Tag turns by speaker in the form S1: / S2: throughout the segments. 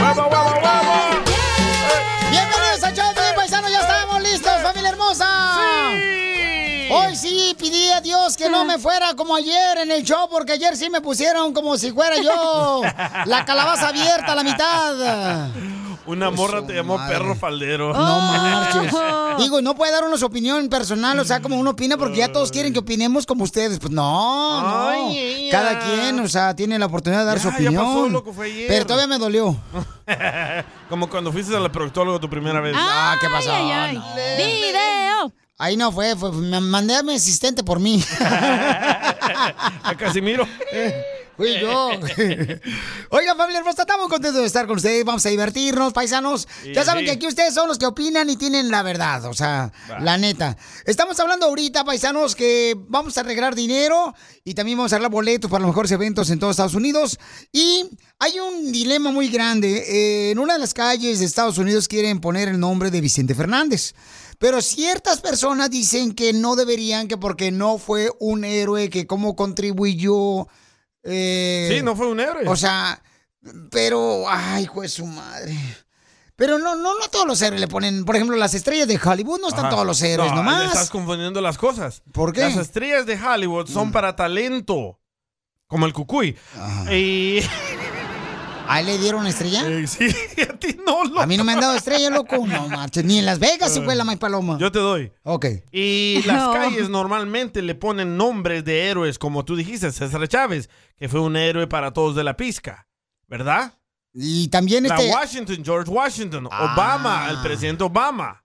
S1: ¡Vamos, vamos, vamos!
S2: ¡Eh! Bienvenidos a Choplin, paisano, ya estamos listos, familia hermosa. Hoy sí pedí a Dios que no me fuera como ayer en el show, porque ayer sí me pusieron como si fuera yo la calabaza abierta a la mitad.
S3: Una
S2: Pues
S3: morra te llamó perro faldero.
S2: No marches. Digo, no puede dar una su opinión personal, o sea, como uno opina, porque ya todos quieren que opinemos como ustedes. Pues no, no.
S1: Ay, ella.
S2: Cada quien, o sea, tiene la oportunidad de dar su
S3: Ya, ya
S2: opinión.
S3: pasó lo que fue ayer.
S2: Pero todavía me dolió.
S3: Como cuando fuiste al proctólogo tu primera vez.
S2: Ah, ¿qué pasó?
S3: ay,
S1: ay.
S2: ¡Video! Ahí no fue, fue- me mandé a mi asistente por mí.
S3: A Casimiro.
S2: Fui yo. Oiga, familia hermosa, estamos contentos de estar con ustedes. Vamos a divertirnos, paisanos.
S1: Sí,
S2: ya saben
S1: sí.
S2: que aquí ustedes son los que opinan y tienen la verdad, o sea,
S1: Va.
S2: la neta. Estamos hablando ahorita, paisanos, que vamos a arreglar dinero y también vamos a arreglar boletos para los mejores eventos en todos Estados Unidos. Y hay un dilema muy grande. Eh, en una de las calles de Estados Unidos quieren poner el nombre de Vicente Fernández. Pero ciertas personas dicen que no deberían, que porque no fue un héroe, que cómo contribuyó eh,
S3: Sí, no fue un héroe.
S2: O sea, pero, ay, hijo de su madre. Pero no, no, no todos los héroes le ponen, por ejemplo, las estrellas de Hollywood no están
S3: Ajá.
S2: todos los héroes
S3: No, le Estás
S2: nomás.
S3: confundiendo las cosas.
S2: ¿Por qué? Mm.
S3: Las estrellas de Hollywood son para talento. Como el cucuy. Y...
S2: ¿Ahí le dieron estrella?
S3: Eh, sí, a ti no, loco.
S2: A mí no me han dado estrella, loco. No marches, ni en Las Vegas se fue la May Paloma.
S3: Yo te doy.
S2: Ok.
S3: Y las
S2: No.
S3: calles normalmente le ponen nombres de héroes, como tú dijiste, César Chávez, que fue un héroe para todos de la pizca, ¿verdad?
S2: Y también
S3: La
S2: este. Ah.
S3: Washington, George Washington, Obama, el presidente Obama.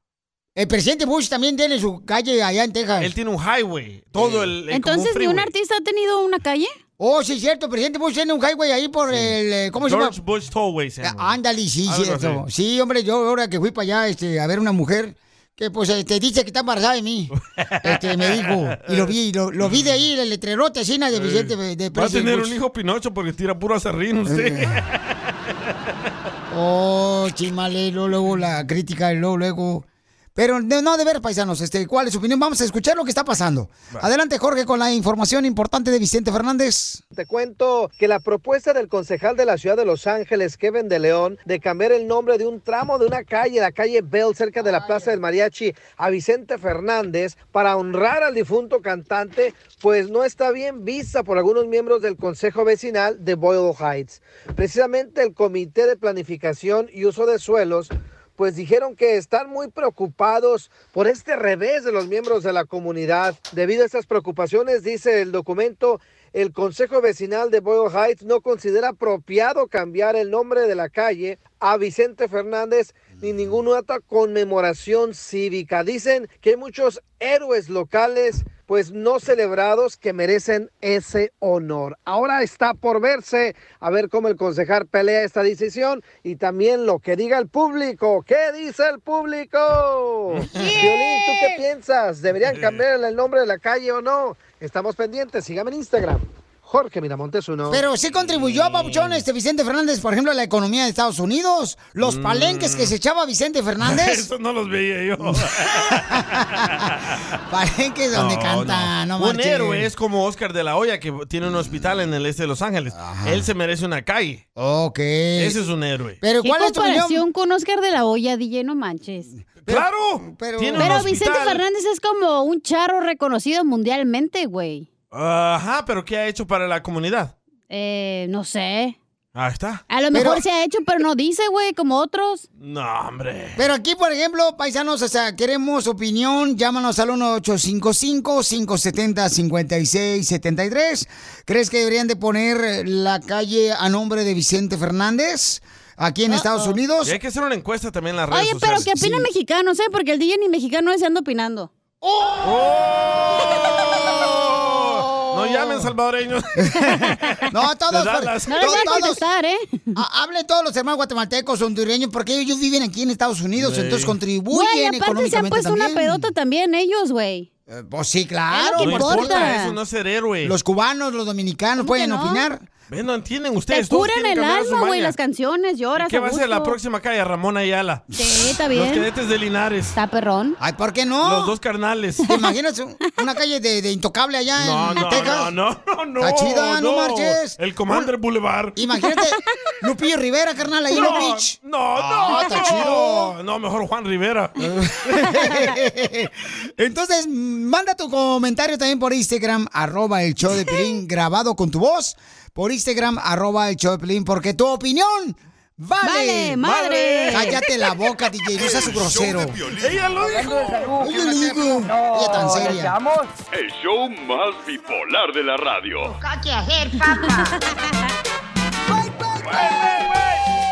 S2: El presidente Bush también tiene su calle allá en Texas.
S3: Él tiene un highway, todo el... el- como
S4: Entonces, ¿ni un
S3: freeway.
S4: artista ha tenido una calle?
S2: Oh, sí, es cierto. El presidente Bush tiene un highway ahí por el. eh, ¿Cómo se llama? Ah,
S3: George Bush Tollway se llama.
S2: Ándale, sí,
S3: Algo
S2: cierto.
S3: así.
S2: Sí, hombre, yo ahora que fui para allá este, a ver una mujer que pues eh, te dice que está embarazada de mí. Este, me dijo. Y lo vi, lo, lo vi de ahí, el letrerote así, na, de Vicente de, de
S3: Eh, Va a
S2: Presidente
S3: tener
S2: Bush. Eh,
S3: un hijo Pinocho porque tira puro acerrín usted.
S2: Oh, chimale, luego, luego la crítica, luego, luego. Pero de- no, de ver, paisanos, este, ¿cuál es su opinión? Vamos a escuchar lo que está pasando. Adelante, Jorge, con la información importante de Vicente Fernández.
S5: Te cuento que la propuesta del concejal de la ciudad de Los Ángeles, Kevin de León, de cambiar el nombre de un tramo de una calle, la calle Bell, cerca de la Plaza del Mariachi, a Vicente Fernández, para honrar al difunto cantante, pues no está bien vista por algunos miembros del Consejo Vecinal de Boyle Heights. Precisamente el Comité de Planificación y Uso de Suelos pues dijeron que están muy preocupados por este revés de los miembros de la comunidad. Debido a estas preocupaciones, dice el documento, el Consejo Vecinal de Boyle Heights no considera apropiado cambiar el nombre de la calle a Vicente Fernández ni ninguna otra conmemoración cívica. Dicen que hay muchos héroes locales pues no celebrados que merecen ese honor. Ahora está por verse a ver cómo el concejal pelea esta decisión y también lo que diga el público. ¿Qué dice el público? Violín, ¿tú qué piensas? ¿Deberían cambiar el nombre de la calle o no? Estamos pendientes. Sígame en Instagram. Jorge Miramontes uno.
S2: Pero sí contribuyó, Pabuchón, este Vicente Fernández, por ejemplo, a la economía de Estados Unidos. Los
S3: Mm.
S2: palenques que se echaba Vicente Fernández.
S3: Eso no los veía yo.
S2: palenques donde
S3: No,
S2: canta, no,
S3: Un
S2: marches.
S3: héroe es como Oscar de la Hoya, que tiene un hospital en el este de Los Ángeles. Él se merece una calle.
S2: Ok.
S3: Ese es un héroe.
S4: ¿Qué comparación con Oscar de la Hoya, DJ? No manches.
S3: ¡Claro!
S4: Pero,
S3: Tiene un
S4: Vicente
S3: hospital.
S4: Fernández es como un charro reconocido mundialmente, güey.
S3: Ajá, pero ¿qué ha hecho para la comunidad?
S4: Eh, no sé.
S3: Ahí está.
S4: A lo mejor se ha hecho, pero no dice, güey, como otros.
S3: No, hombre.
S2: Pero aquí, por ejemplo, paisanos, o sea, queremos opinión. Llámanos al 1-855-570-5673. ¿Crees que deberían de poner la calle a nombre de Vicente Fernández aquí en Estados Unidos?
S3: Y hay que hacer una encuesta también en las redes
S4: Oye, pero
S3: sociales.
S4: que opinen mexicanos, ¿eh? Porque el DJ ni mexicano se anda opinando.
S3: ¡Oh! No llamen salvadoreños.
S2: Oh. No, todos. pues,
S3: De Dallas.
S4: No les voy a contestar, ¿eh?
S2: Ha- Hablen todos los hermanos guatemaltecos, hondureños, porque ellos viven aquí en Estados Unidos,
S3: Sí.
S2: entonces contribuyen
S4: Güey, aparte se han
S2: económicamente
S4: puesto una
S2: también.
S4: pedota también ellos, güey.
S2: Eh, pues sí,
S4: Es lo
S2: claro.
S4: que
S3: No
S2: por
S3: importa
S2: supuesto.
S4: importa.
S3: eso, no ser héroe.
S2: Los cubanos, los dominicanos
S4: ¿Cómo
S2: pueden
S4: que no?
S2: opinar.
S3: Ven, no entienden
S4: Te
S3: ustedes. todos
S4: curan
S3: quieren
S4: el
S3: cambiar su
S4: alma, güey,
S3: maña.
S4: las canciones, lloras.
S3: ¿Qué va a
S4: gusto.
S3: ser la próxima calle? Ramón Ayala.
S4: Sí, está
S3: Los
S4: bien.
S3: cadetes de Linares.
S4: Está perrón.
S2: Ay, ¿por qué no?
S3: Los dos carnales.
S2: ¿Te imaginas un- una calle de, de intocable allá
S3: No,
S2: en
S3: no,
S2: Texas?
S3: no, no, no, no.
S2: Está chida, no marches.
S3: El Commander Boulevard.
S2: Imagínate Lupillo Rivera, carnal, ahí en
S3: No,
S2: Long Beach.
S3: no,
S2: Ah,
S3: no,
S2: está
S3: no.
S2: chido.
S3: No, mejor Juan Rivera.
S2: Entonces, manda tu comentario también por Instagram, arroba el show de Pelín, grabado con tu voz, por Instagram, arroba el show de Pelín, porque tu opinión vale.
S4: Vale, madre.
S2: Cállate la boca, DJ, no seas grosero.
S3: Ella lo dijo.
S2: Oye, loco, ella tan seria.
S6: El show más bipolar de la radio.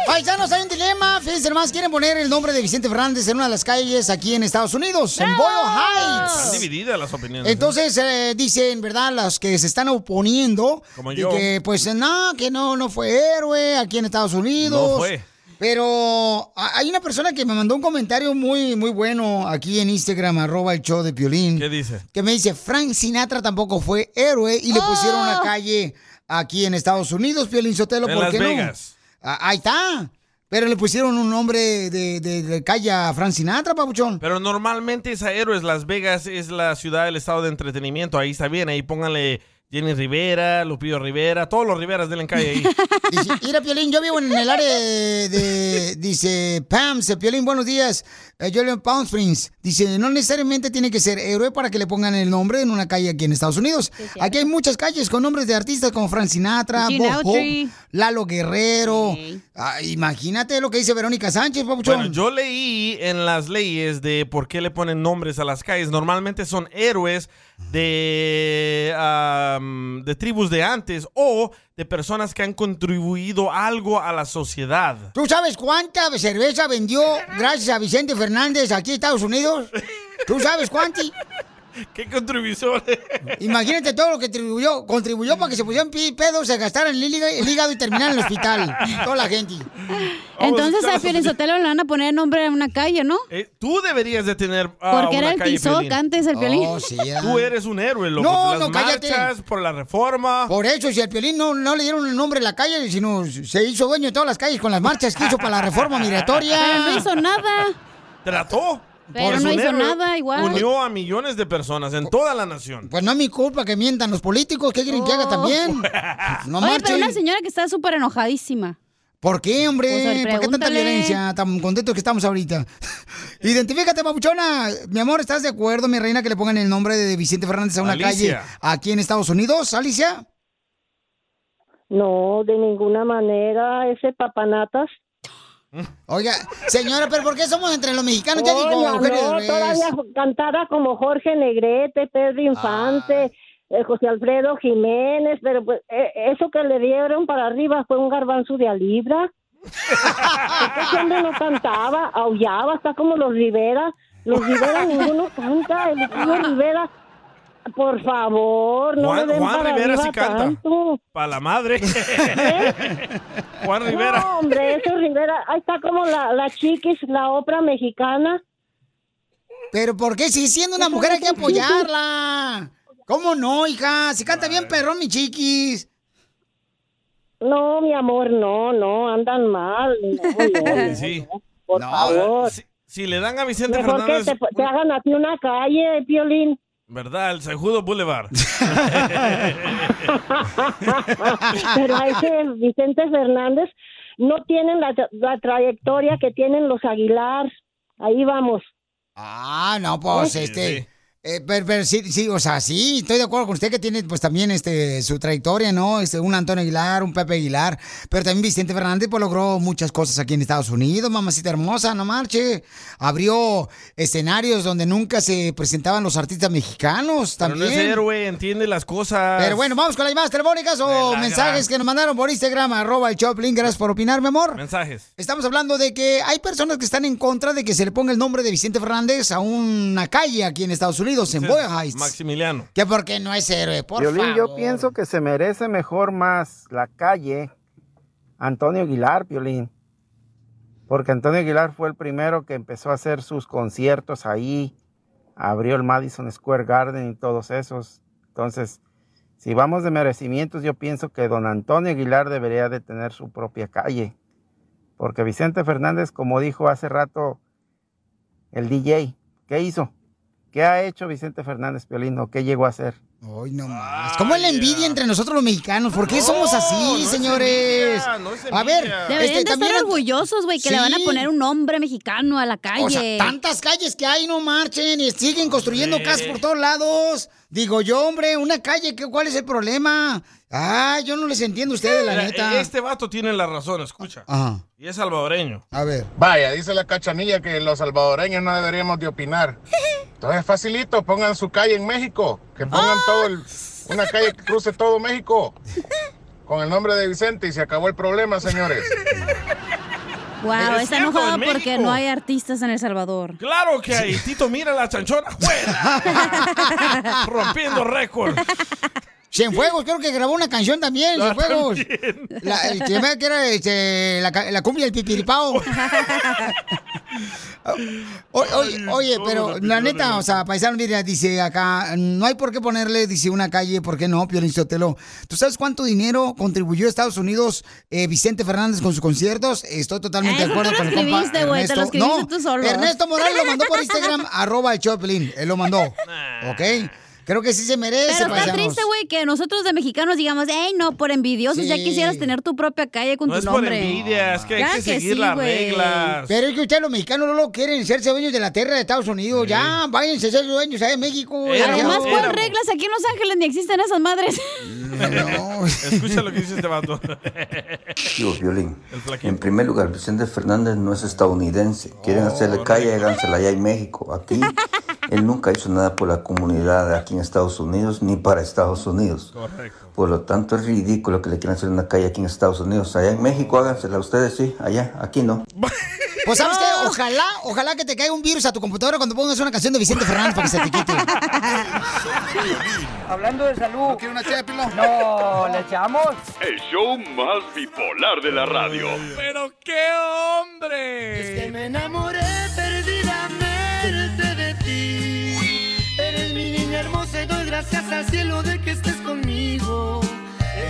S2: Paisanos, hay un dilema. Fíjense, hermanos, quieren poner el nombre de Vicente Fernández en una de las calles aquí en Estados Unidos, en Boyle
S3: Están
S2: Heights.
S3: divididas las opiniones.
S2: Entonces eh, dicen, ¿verdad? Las que se están oponiendo.
S3: Como
S2: de
S3: yo.
S2: Que pues no, que no, no fue héroe aquí en Estados Unidos.
S3: No fue.
S2: Pero a- hay una persona que me mandó un comentario muy, muy bueno aquí en Instagram, arroba el show de Piolín.
S3: ¿Qué dice?
S2: Que me dice, Frank Sinatra tampoco fue héroe y le pusieron una calle aquí en Estados Unidos, Piolín Sotelo,
S3: En
S2: ¿por
S3: Las
S2: qué
S3: Vegas.
S2: no? A- ahí está. Pero le pusieron un nombre de, de- de calle a Frank Sinatra, papuchón.
S3: Pero normalmente es a héroes. Las Vegas es la ciudad del estado de entretenimiento. Ahí está bien. Ahí pónganle Jenny Rivera, Lupillo Rivera, todos los Riveras denle en calle ahí.
S2: Dice, mira, Piolín, yo vivo en el área de, de- dice, Pams, Piolín, buenos días, Eh, yo vivo en Palm Springs. Dice, no necesariamente tiene que ser héroe para que le pongan el nombre en una calle aquí en Estados Unidos. Aquí hay muchas calles con nombres de artistas como Frank Sinatra,
S4: Gene
S2: Bob
S4: Autry.
S2: Hope, Lalo Guerrero.
S4: Sí.
S2: Ah, imagínate lo que dice Verónica Sánchez, papuchón.
S3: Bueno, yo leí en las leyes de por qué le ponen nombres a las calles. Normalmente son héroes de, am, de tribus de antes o de personas que han contribuido algo a la sociedad.
S2: ¿Tú sabes cuánta cerveza vendió gracias a Vicente Fernández aquí en Estados Unidos? ¿Tú sabes cuánti?
S3: ¿Qué contribución?
S2: Imagínate todo lo que contribuyó, contribuyó para que se pusieran pi- pedos, se gastaran el hígado, el hígado y terminaran en el hospital. Toda la gente.
S3: Oh,
S4: Entonces
S3: Vamos,
S4: a Piolizotelo le van a poner nombre a una calle, ¿no?
S3: Eh, tú deberías de tener ah, una
S4: Porque era el
S3: calle
S4: Tizoc
S3: Piolín.
S4: antes el Piolín.
S2: Oh, sí, ya.
S3: Tú eres un héroe, loco.
S2: No,
S3: por las
S2: no, cállate.
S3: marchas, por la reforma.
S2: Por eso, si al Piolín no, no le dieron el nombre a la calle, sino se hizo dueño de todas las calles con las marchas que hizo para la reforma
S4: Pero no
S2: migratoria.
S4: hizo nada.
S3: Trató.
S4: Pero
S3: Eres
S4: no
S3: un
S4: hizo
S3: héroe.
S4: nada, igual.
S3: Unió a millones de personas en toda la nación.
S2: Pues no es mi culpa que mientan los políticos, ¿qué quieren que haga
S4: Oh.
S2: también? No
S4: Oye, pero una
S2: marchen.
S4: señora que está súper enojadísima.
S2: ¿Por qué,
S4: Pues,
S2: hombre?
S4: oye,
S2: ¿Por qué tanta
S4: pregúntale.
S2: violencia? Tan contentos que estamos ahorita. Identifícate, papuchona. Mi amor, ¿estás de acuerdo, mi reina, que le pongan el nombre de Vicente Fernández a una
S3: Alicia.
S2: calle aquí en Estados Unidos? Alicia.
S7: No, de ninguna manera, ese papanatas.
S2: Oiga, señora, pero ¿por qué somos entre los mexicanos? Ya dijo pues.
S7: Hola,
S2: Eugenio
S7: no,
S2: Derbez.
S7: todavía cantaba como Jorge Negrete,
S3: Ah.
S7: Pedro Infante, eh, José Alfredo Jiménez, pero pues eh, eso que le dieron para arriba fue un garbanzo de a libra. Ese hombre no cantaba, aullaba, está como los Rivera. Los Rivera ninguno canta, el tío Rivera. Por favor, no
S3: Juan-
S7: le den
S3: Juan
S7: para
S3: Rivera
S7: arriba
S3: sí canta.
S7: tanto.
S3: Para la madre. Juan Rivera.
S7: No, hombre, eso Rivera, ahí está como la, la chiquis, la obra mexicana.
S2: Pero ¿por qué? Si siendo una mujer hay que apoyarla. ¿Cómo no, hija? Si canta bien perrón, mi chiquis.
S7: No, mi amor, no, no, andan mal. No, no, no,
S3: Sí.
S7: por
S2: No,
S7: favor.
S3: Si, si le dan a Vicente
S7: Mejor que
S3: Fernández,
S7: te, te hagan a ti una calle, Piolín.
S3: ¿verdad? El Sejudo Boulevard.
S7: Pero a ese Vicente Fernández no tienen la, tra- la trayectoria que tienen los Aguilar. Ahí vamos.
S2: Ah, no, pues
S3: Sí,
S2: este.
S3: sí.
S2: Eh, pero, pero sí, sí, o sea, sí, estoy de acuerdo con usted que tiene pues también este su trayectoria, ¿no? Este, un Antonio Aguilar, un Pepe Aguilar, pero también Vicente Fernández pues, logró muchas cosas aquí en Estados Unidos, mamacita hermosa, no marche. Abrió escenarios donde nunca se presentaban los artistas mexicanos
S3: Pero no
S2: también.
S3: es héroe, entiende las cosas.
S2: Pero bueno, vamos con las llamadas telefónicas o
S3: Relájate.
S2: mensajes que nos mandaron por Instagram, arroba el Choplin. Gracias por opinar, mi amor.
S3: Mensajes.
S2: Estamos hablando de que hay personas que están en contra de que se le ponga el nombre de Vicente Fernández a una calle aquí en Estados Unidos, en Boya Heights.
S3: Maximiliano.
S2: Que porque no es héroe, por
S8: Piolín,
S2: favor.
S8: yo pienso que se merece mejor más la calle Antonio Aguilar, Piolín. Porque Antonio Aguilar fue el primero que empezó a hacer sus conciertos ahí. Abrió el Madison Square Garden y todos esos. Entonces, si vamos de merecimientos, yo pienso que don Antonio Aguilar debería de tener su propia calle. Porque Vicente Fernández, como dijo hace rato el DJ, ¿qué hizo? ¿Qué ha hecho Vicente Fernández, Piolín? ¿O qué llegó a hacer?
S2: Ay, no más. ¿Cómo es la envidia entre nosotros los mexicanos? ¿Por qué somos así, señores? a ver, este,
S4: Deberían de estar
S2: también-
S4: orgullosos, güey, que le van a
S2: Sí.
S4: poner un hombre mexicano a la calle.
S2: O sea, tantas calles que hay, no marchen, y siguen construyendo casas por todos lados. Digo yo, hombre, una calle, ¿qué- ¿cuál es el problema? Ah, yo no les entiendo a ustedes, la
S3: Mira,
S2: neta.
S3: Este vato tiene la razón, escucha.
S2: Ajá.
S3: Y es salvadoreño.
S2: A ver.
S9: Vaya, dice la cachanilla que los salvadoreños no deberíamos de opinar. Entonces, facilito, pongan su calle en México. Que pongan todo el-
S2: Oh.
S9: una calle que cruce todo México. Con el nombre de Vicente y se acabó el problema, señores.
S4: Wow,
S9: Es
S4: está
S9: cierto,
S4: enojado
S9: en
S4: porque
S9: México.
S4: no hay artistas en El Salvador.
S3: Claro que hay. Tito, mira la chanchona. ¡Fuera! Rompiendo récord. Ah,
S2: Cienfuegos, creo que grabó una canción también, Cienfuegos. La, el que me- que era este, la, ca- la cumbia del pipiripao. O- oye, oye, pero la neta, o sea, paisano, mira, dice acá, no hay por qué ponerle, dice una calle, ¿por qué no, Piolín Sotelo? ¿Tú sabes cuánto dinero contribuyó Estados Unidos eh, Vicente Fernández con sus conciertos? Estoy totalmente
S4: Ah,
S2: de
S4: eso
S2: acuerdo
S4: no lo
S2: con el compa
S4: escribiste, güey, te lo
S2: Ernesto.
S4: escribiste
S2: No,
S4: tú solo.
S2: Ernesto Morales lo mandó por Instagram, arroba el Choplin, él lo mandó, ¿ok? Creo que sí se merece,
S4: Pero está
S2: paisanos.
S4: triste, güey, que nosotros de mexicanos digamos, ey, no, por envidiosos, ya
S2: Sí.
S4: quisieras tener tu propia calle con
S3: No
S4: tu
S3: es por
S4: nombre.
S3: envidia, es que hay
S4: Claro
S3: que seguir las
S4: güey.
S3: reglas.
S2: Pero es que ustedes los mexicanos no lo quieren serse dueños de la tierra de Estados Unidos. Ya, váyanse a ser dueños allá de México.
S3: Eh,
S4: Además,
S2: Además,
S4: por reglas, aquí en Los Ángeles ni existen esas madres.
S3: Escucha lo que dice este vato.
S10: Digo, Violín. En primer lugar, Vicente Fernández no es estadounidense. Quieren hacerle calle, hágansela allá en México. Aquí, él nunca hizo nada por la comunidad aquí en Estados Unidos ni para Estados Unidos.
S3: Correcto.
S10: Por lo tanto, es ridículo que le quieran hacer una calle aquí en Estados Unidos. Allá en México, hágansela ustedes, sí. Allá, aquí no.
S2: Pues sabes qué, ojalá, ojalá que te caiga un virus a tu computadora cuando pongas una canción de Vicente Fernández para que se te quite.
S11: Hablando de salud. ¿No quiere una No, ¿le echamos?
S6: El show más bipolar de la radio.
S11: ¡Pero qué hombre! Es que me enamoré perdidamente de ti. Eres mi niña hermosa y doy gracias al cielo de que estés conmigo.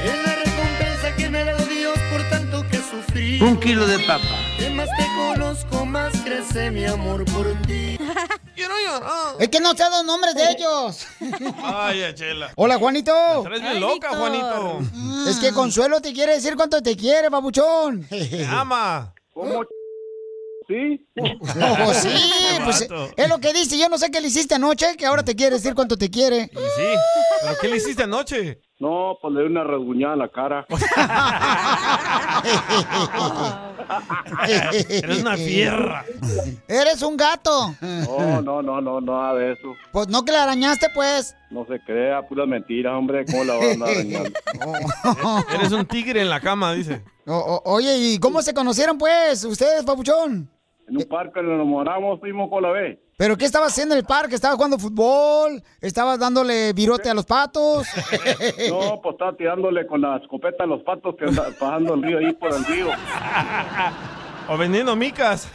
S11: Es la recompensa que me ha dado Dios por tanto que sufrí.
S12: Un kilo de papa.
S11: Que más te conozco, más crece mi amor por ti. Quiero llorar.
S2: Es que no sé los nombres de ellos.
S3: Ay, Achela.
S2: Hola, Juanito.
S3: Eres bien loca, Juanito.
S2: Es que Consuelo te quiere decir cuánto te quiere, babuchón.
S3: Te ama.
S2: ¿Cómo? ¿Sí? Oh, sí, pues
S3: Vato.
S2: es lo que dice. Yo no sé qué le hiciste anoche, que ahora te quiere decir cuánto te quiere.
S3: Y sí. ¿Pero qué le hiciste anoche?
S13: No, pues le di una rasguñada en la cara.
S3: Eres una fierra.
S2: Eres un gato.
S13: No, no, no, no, nada de eso.
S2: Pues no que la arañaste, pues.
S13: No se crea, puras mentiras, hombre. ¿Cómo la van a andar arañando?
S3: Eres un tigre en la cama, dice.
S2: O- o- oye, ¿y cómo se conocieron, pues, ustedes, papuchón?
S13: En un parque nos enamoramos, fuimos con la vez.
S2: ¿Pero qué estabas haciendo en el parque? ¿Estabas jugando fútbol? ¿Estabas dándole virote a los patos?
S13: No, pues estaba tirándole con la escopeta a los patos que andaban pasando el río ahí por el río.
S3: O vendiendo micas.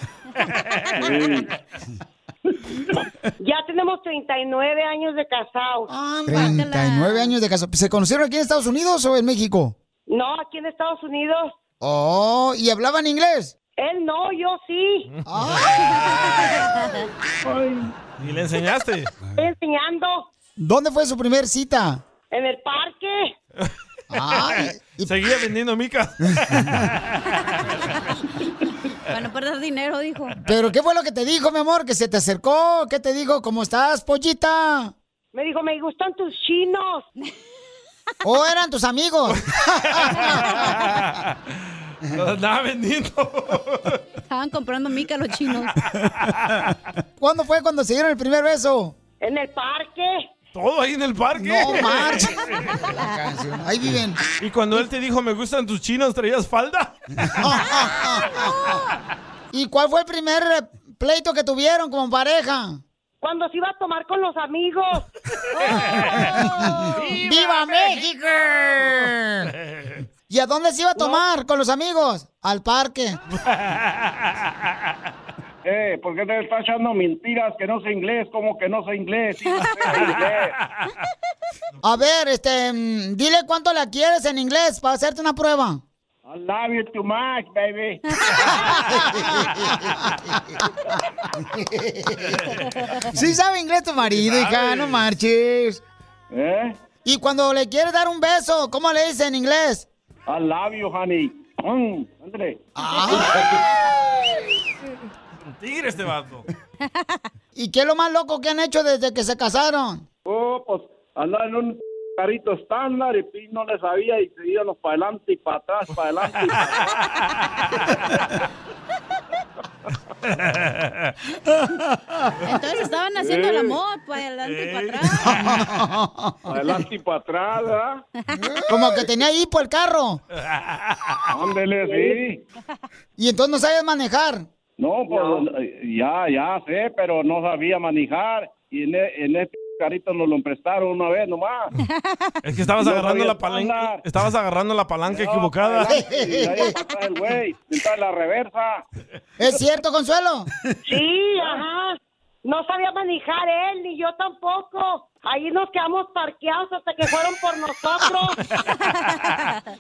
S14: Ya tenemos 39 años de casados.
S2: 39 años de caso. ¿Se conocieron aquí en Estados Unidos o en México?
S14: No, aquí en Estados Unidos.
S2: Oh, ¿y hablaban inglés? Ah.
S14: Él no, yo sí.
S3: Ay. ¿Y le enseñaste?
S14: Estoy enseñando
S2: ¿Dónde fue su primer cita?
S14: en el parque.
S2: Ay.
S3: Seguía vendiendo micas.
S4: Para no perder dinero, dijo.
S2: ¿Pero qué fue lo que te dijo, mi amor? ¿Que se te acercó? ¿Qué te dijo? ¿Cómo estás, pollita?
S7: Me dijo, me gustan tus chinos.
S2: ¿O eran tus amigos?
S3: Nada vendiendo.
S4: Estaban comprando mica los chinos.
S2: ¿Cuándo fue cuando se dieron el primer beso?
S7: En el parque.
S3: Todo ahí en el parque.
S2: No marches. Ahí viven.
S3: Y cuando él te dijo, me gustan tus chinos, ¿traías falda?
S2: ¿Y cuál fue el primer eh, pleito que tuvieron como pareja?
S7: Cuando se iba a tomar con los amigos.
S2: ¡Viva, México! ¿Y a dónde se iba a tomar con los amigos? Al parque.
S13: Eh, ¿por qué te está echando mentiras que no sé inglés? como que no sé inglés? Sí, sé inglés.
S2: A ver, este, mm, dile cuánto la quieres en inglés para hacerte una prueba.
S13: I love you too much, baby.
S2: Sí sabe inglés tu marido,
S13: Sí
S2: hija,
S13: sabe.
S2: no marches.
S13: ¿Eh?
S2: Y cuando le quieres dar un beso, ¿cómo le dices en inglés?
S13: I love you, honey. Mm, ándale.
S2: Ah.
S3: Tigre este vato.
S2: ¿Y qué es lo más loco que han hecho desde que se casaron?
S13: Oh, pues andaba en un carrito estándar y Pin no le sabía y se iban para adelante y para atrás, para adelante y para atrás.
S4: Entonces estaban haciendo el amor pues, para adelante y para atrás.
S13: adelante y para atrás, ¿verdad?
S2: Como que tenía hipo el carro.
S13: Ándele, sí.
S2: Y entonces no sabes manejar.
S13: No, pues ya, ya sé, pero no sabía manejar y en, e- en este carrito nos lo prestaron una vez nomás.
S3: Es que estabas
S13: No
S3: agarrando
S13: sabía
S3: la palanca.
S13: andar.
S3: Estabas agarrando la palanca equivocada.
S13: Y ahí atrás el güey, sentado en la reversa.
S2: ¿Es cierto, Consuelo?
S7: Sí, ajá. No sabía manejar él, ni yo tampoco. Ahí nos quedamos parqueados hasta que fueron por nosotros.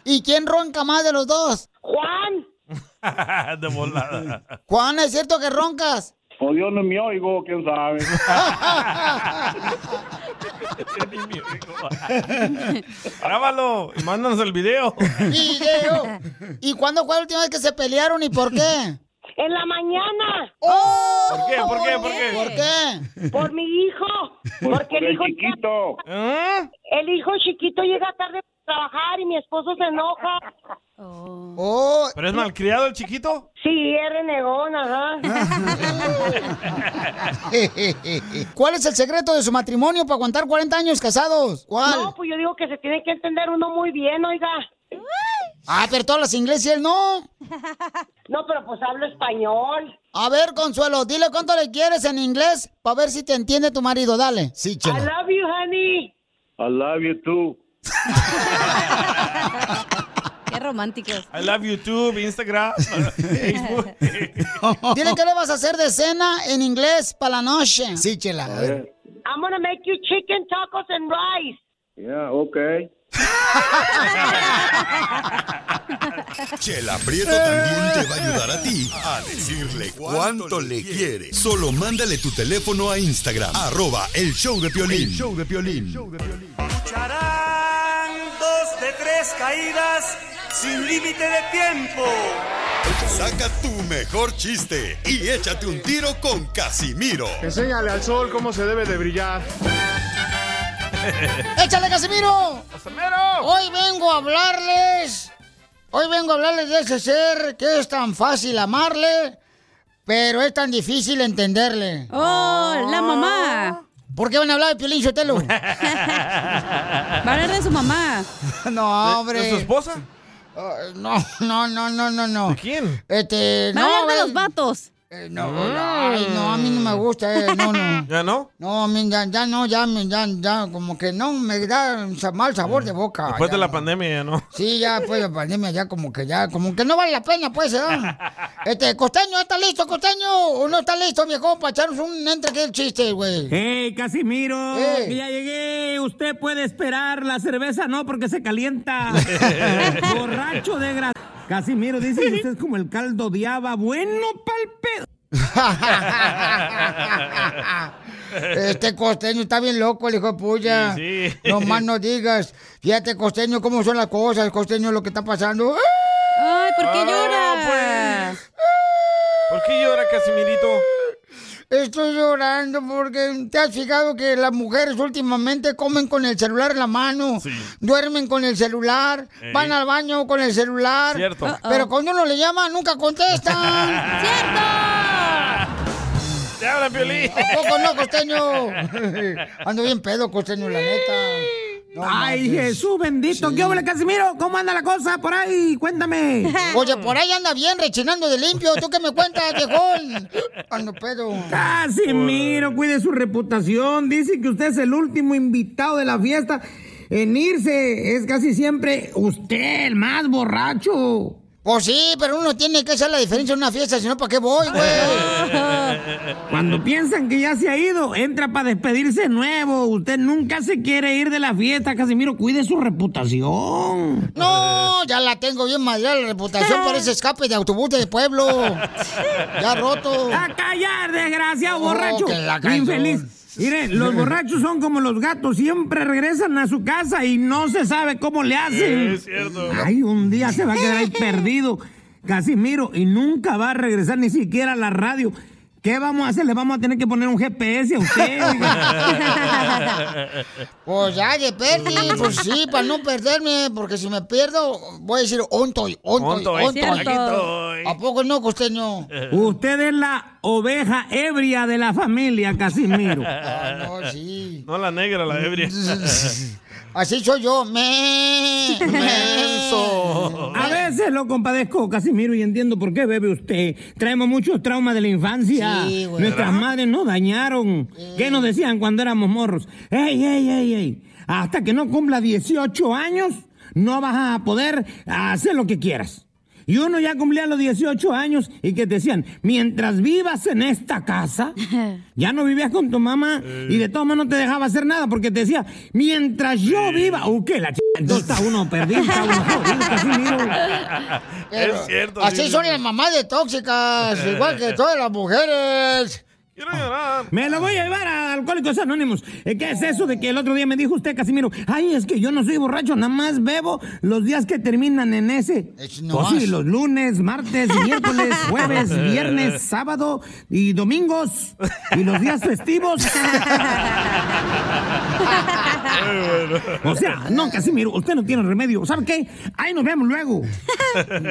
S2: ¿Y quién ronca más de los dos?
S7: Juan.
S3: de volada.
S2: Juan, ¿es cierto que roncas?
S13: O Dios Pues no me oigo, quién sabe.
S3: Grábalo y mándanos el video.
S2: Video. ¿Y cuándo fue la última vez que se pelearon y por qué? ¡Oh!
S7: En la mañana.
S4: Oh.
S3: ¿Por qué? ¿Por qué? ¿Por qué?
S2: ¿Por qué?
S7: Por mi hijo. Porque el hijo chiquito. El hijo chiquito llega tarde a trabajar y mi esposo se enoja.
S2: Oh.
S3: ¿Pero es malcriado el chiquito?
S7: Sí, es renegón, ajá.
S2: ¿Cuál es el secreto de su matrimonio para aguantar 40 años casados? ¿Cuál?
S7: No, pues yo digo que se tiene que entender uno muy bien, oiga.
S2: Ah, pero todos los ingleses y él no.
S7: No, pero pues hablo español.
S2: A ver, Consuelo, dile cuánto le quieres en inglés para ver si te entiende tu marido. Dale. Sí,
S7: I love you, honey.
S13: I love you too.
S4: Qué románticos.
S3: I love YouTube, Instagram, Facebook.
S2: Dile qué le vas a hacer de cena en inglés para la noche. Sí, chela.
S13: Eh,
S7: I'm gonna make you chicken tacos and rice.
S13: Yeah, okay.
S15: Chela Prieto también te va a ayudar a ti a decirle cuánto le quiere. Solo mándale tu teléfono a Instagram, arroba el show de Piolín.
S11: El
S15: show de Piolín.
S11: Dos de tres caídas sin límite de tiempo.
S15: Saca tu mejor chiste y échate un tiro con Casimiro.
S16: Enséñale al sol cómo se debe de brillar.
S2: ¡Échale, Casimiro! Hoy vengo a hablarles. Hoy vengo a hablarles de ese ser que es tan fácil amarle, pero es tan difícil entenderle. ¡Oh, la mamá! ¿Por qué van a hablar de Piolín Sotelo? Van a hablar de su mamá. No, hombre.
S3: ¿De su esposa?
S2: Ah, no, no, no, no, no, no. quién? Este,
S4: Va a
S2: no,
S4: hablar de
S2: eh,
S4: los vatos.
S2: no, ay, no, a mí no me gusta, eh, no, no.
S3: ¿Ya no?
S2: No, a mí ya, ya no, ya, me- ya, ya, como que no, me da un sa- mal sabor de boca.
S3: Después
S2: Ah, ya.
S3: de la pandemia, ya no.
S2: Sí, ya después de la pandemia, ya como que ya, como que no vale la pena, pues, ¿eh? Este, Costeño, ¿ya ¿está listo, Costeño? ¿O no está listo, viejo, para echarnos un entre que el chiste, güey?
S12: ¡Hey, Casimiro!
S2: Eh.
S12: que ya llegué. Usted puede esperar. La cerveza no, porque se calienta. Borracho de grasa. Casimiro dice que usted es como el caldo de haba. Bueno, pal pedo.
S2: Este costeño está bien loco, el hijo de puya.
S3: Sí, sí.
S2: No más no digas. Fíjate, costeño, cómo son
S3: Ah,
S2: las cosas, costeño, lo que está pasando.
S4: Ay, ¿por qué
S3: pues.
S2: Ah,
S4: llora?
S3: ¿Por qué llora Casimirito?
S2: Estoy llorando porque te has fijado que las mujeres últimamente comen con el celular en la mano, duermen con el celular,
S3: Ey.
S2: van al baño con el celular. Ah,
S3: Cierto. Uh-oh.
S2: Pero cuando uno le llama, nunca contestan.
S3: ¡Te habla, Piolín!
S2: ¿A poco no, costeño? Ando bien pedo, costeño, la neta. No
S12: Ay,
S2: manches.
S12: Jesús bendito. ¿Qué hombre, Casimiro? ¿Cómo anda la cosa por ahí? Cuéntame.
S2: Oye, por ahí anda bien rechinando de limpio. ¿Tú qué me cuentas, viejón? Ando pedo.
S12: Casimiro, cuide su reputación. Dice que usted es el último invitado de la fiesta en irse. Es casi siempre usted el más borracho.
S2: Pues sí, pero uno tiene que hacer la diferencia en una fiesta, si no, ¿para qué voy, güey?
S12: Cuando piensan que ya se ha ido, entra para despedirse de nuevo. Usted nunca se quiere ir de la fiesta, Casimiro. Cuide su reputación.
S2: No, ya la tengo bien madreada la reputación por ese escape de autobús de pueblo. Ya roto.
S12: ¡A callar, desgraciado,
S2: Oh,
S12: borracho!
S2: que la canción.
S12: ¡Infeliz! Mire, los borrachos son como los gatos, siempre regresan a su casa y no se sabe cómo le hacen.
S3: Es cierto.
S12: Ay, un día se va a quedar ahí perdido, Casimiro, y nunca va a regresar ni siquiera a la radio. ¿Qué vamos a hacer? Le vamos a tener que poner un GPS a usted. oiga.
S2: Pues ya de perdí, pues sí, para no perderme, porque si me pierdo, voy a decir ontoy, ontoy,
S12: Ontoy,
S2: ontoy.
S12: aquí estoy.
S2: ¿A poco no, costeño?
S12: usted es la oveja ebria de la familia, Casimiro.
S2: no, sí.
S3: No la negra, la ebria.
S2: Así soy yo, me.
S12: A veces lo compadezco, Casimiro, y entiendo por qué bebe usted. Traemos muchos traumas de la infancia.
S2: Sí, güey.
S12: Nuestras
S2: ¿Verdad?
S12: madres nos dañaron. ¿Qué nos decían cuando éramos morros? ¡Ey, ey, ey, ey! Hasta que no cumpla 18 años, no vas a poder hacer lo que quieras. Y uno ya cumplía los 18 años y que te decían, mientras vivas en esta casa, ya no vivías con tu mamá y de todas maneras no te dejaba hacer nada porque te decía, mientras yo viva, ¡uh, qué la ch... Entonces está uno perdido, está uno jodido, Casimiro.
S2: Pero
S3: es cierto.
S2: Así
S3: sí.
S2: son las mamás de tóxicas, Pues igual que todas las mujeres.
S12: Me lo voy a llevar a Alcohólicos Anónimos. Eh, ¿Qué es eso de que el otro día me dijo usted, Casimiro? Ay, es que yo no soy borracho, nada más bebo los días que terminan en ese.
S2: no
S12: Pues sí,
S2: más.
S12: los lunes, martes, miércoles, jueves, viernes, sábado y domingos. Y los días festivos. O sea, Ah, no, Casimiro, usted no tiene remedio. ¿Sabe qué? Ahí nos vemos luego.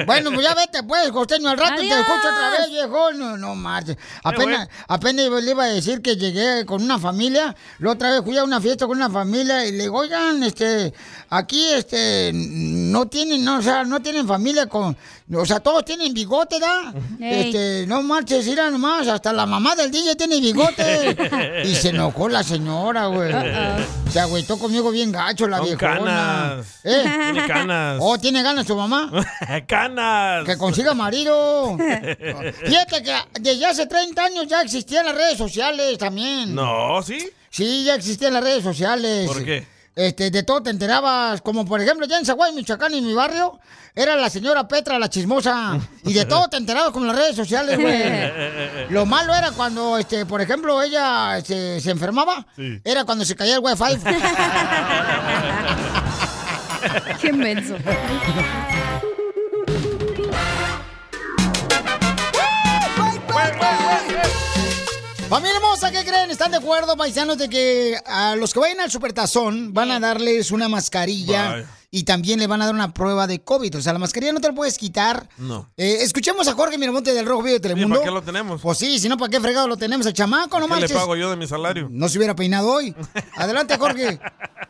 S2: Bueno, pues ya vete, pues, costeño, al rato te
S12: Adiós.
S2: escucho otra vez, viejo. No, no marches. Apenas, apenas yo le iba a decir que llegué con una familia. La otra vez fui a una fiesta con una familia y le digo, oigan, este, aquí, este, no tienen, no, o sea, no tienen familia con. O sea, todos tienen bigote, ¿da?
S1: Ey.
S2: Este, no marches, irá nomás. Hasta la mamá del DJ tiene bigote. y se enojó la señora, güey.
S3: Uh-oh.
S2: Se agüitó conmigo bien gacho la
S3: Son
S2: viejona. ¿Eh?
S3: canas. Tiene canas.
S2: Oh, tiene ganas tu mamá.
S3: ¡Canas!
S2: Que consiga marido. Fíjate que desde hace 30 años ya existían las redes sociales también.
S3: No, ¿sí?
S2: Sí, ya existían las redes sociales.
S3: ¿Por qué?
S2: Este, de todo te enterabas, como por ejemplo ya en Zaguay, Michoacán, en mi barrio, era la señora Petra, la chismosa, y de todo te enterabas con las redes sociales, güey. Lo malo era cuando, este, por ejemplo, ella este, se enfermaba,
S1: Sí.
S2: era cuando se caía el wifi. Qué menso. Familia hermosa, ¿qué creen? ¿Están de acuerdo, paisanos, de que a los que vayan al supertazón van a darles una mascarilla
S3: Vaya.
S2: y también le van a dar una prueba de COVID? O sea, la mascarilla no te la puedes quitar.
S3: No.
S2: Eh, escuchemos a Jorge Miramonte del Rojo Vivo de Telemundo.
S3: ¿para qué lo tenemos?
S2: Pues sí, si no, ¿para qué fregado lo tenemos? El chamaco, no
S3: ¿Qué le
S2: marches.
S3: pago yo de mi salario?
S2: No se hubiera peinado hoy. Adelante, Jorge.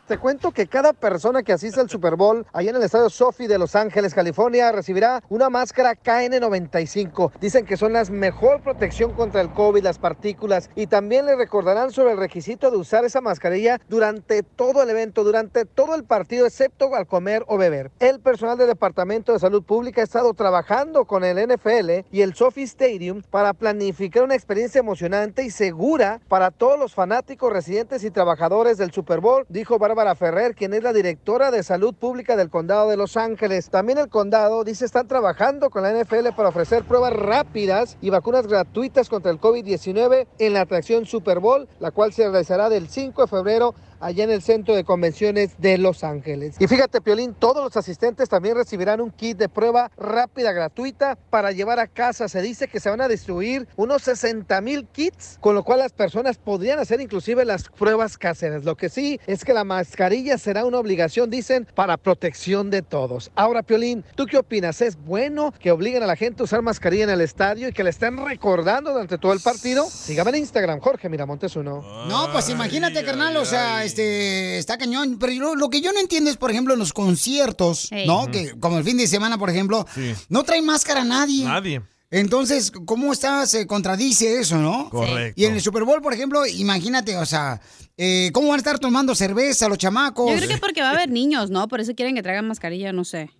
S5: Te cuento que cada persona que asista al Super Bowl allá en el estadio Sophie de Los Ángeles, California, recibirá una máscara KN95. Dicen que son las mejor protección contra el COVID, las partículas y también le recordarán sobre el requisito de usar esa mascarilla durante todo el evento, durante todo el partido, excepto al comer o beber. El personal del Departamento de Salud Pública ha estado trabajando con el NFL y el Sophie Stadium para planificar una experiencia emocionante y segura para todos los fanáticos, residentes y trabajadores del Super Bowl, dijo Bárbara Ferrer, quien es la directora de salud pública del condado de Los Ángeles. También el condado dice están trabajando con la NFL para ofrecer pruebas rápidas y vacunas gratuitas contra el COVID-19 en la atracción Super Bowl, la cual se realizará del 5 de febrero allá en el Centro de Convenciones de Los Ángeles. Y fíjate, Piolín, todos los asistentes también recibirán un kit de prueba rápida, gratuita, para llevar a casa. Se dice que se van a distribuir unos 60 mil kits, con lo cual las personas podrían hacer inclusive las pruebas caseras. Lo que sí es que la mascarilla será una obligación, dicen, para protección de todos. Ahora, Piolín, ¿tú qué opinas? ¿Es bueno que obliguen a la gente a usar mascarilla en el estadio y que la estén recordando durante todo el partido? Sígame en Instagram, Jorge Miramontes uno.
S2: No, pues imagínate, carnal, o sea, este, está cañón. Pero yo- lo que yo no entiendo es, por ejemplo, en los conciertos,
S3: Ey.
S2: ¿no?
S3: Ujú.
S2: Que como el fin de semana, por ejemplo,
S3: Sí.
S2: no trae máscara a nadie.
S3: Nadie.
S2: Entonces, ¿cómo está? Se contradice eso, ¿no?
S3: Correcto.
S2: Y en el Super Bowl, por ejemplo, imagínate, o sea, eh, ¿cómo van a estar tomando cerveza los chamacos?
S4: Yo creo que porque va a haber niños, ¿no? Por eso quieren que traigan mascarilla, no sé.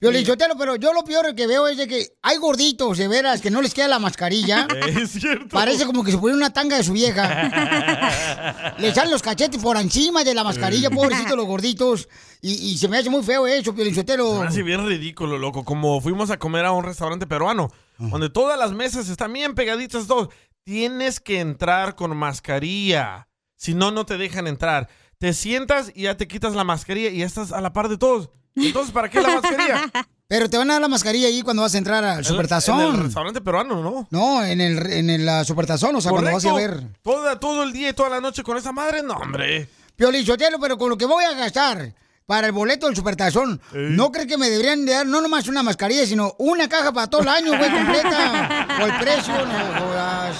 S2: Yo le digo, "Chotelo, pero yo lo peor que veo es de que hay gorditos, de veras, que no les queda la mascarilla.
S3: Es cierto.
S2: Parece como que se pone una tanga de su vieja. Le echan los cachetes por encima de la mascarilla,
S3: Sí.
S2: pobrecitos los gorditos. Y, y se me hace muy feo eso,
S3: Se
S2: Piolichotelo.
S3: me hace bien ridículo, loco. Como fuimos a comer a un restaurante peruano, donde todas las mesas están bien pegaditas, todos. Tienes que entrar con mascarilla. Si no, no te dejan entrar. Te sientas y ya te quitas la mascarilla y ya estás a la par de todos. Entonces, ¿para qué la mascarilla?
S2: Pero te van a dar la mascarilla ahí cuando vas a entrar al
S3: En el
S2: Supertazón.
S3: restaurante peruano, ¿no?
S2: No, en el, en el ah, Supertazón, o sea, cuando vas a
S3: Correcto.
S2: ver.
S3: Toda, todo el día y toda la noche con esa madre, no, hombre.
S2: Piolichotelo, pero con lo que voy a gastar para el boleto del Supertazón, ¿no crees que me deberían de dar no nomás una mascarilla, sino una caja para todo el año, güey, completa? Por el precio, no jodas.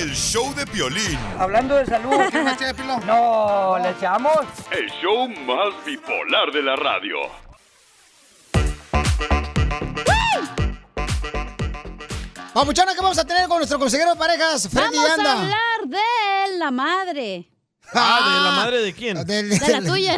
S15: El show de Piolín.
S17: Hablando de salud. No, ¿le echamos?
S6: El show más bipolar de la radio.
S2: Papuchona, ¿qué vamos a tener con nuestro consejero de parejas, Freddy
S4: Vamos
S2: Anda?
S4: a hablar de la madre.
S3: Ah, ¿de la madre de quién?
S4: De la tuya.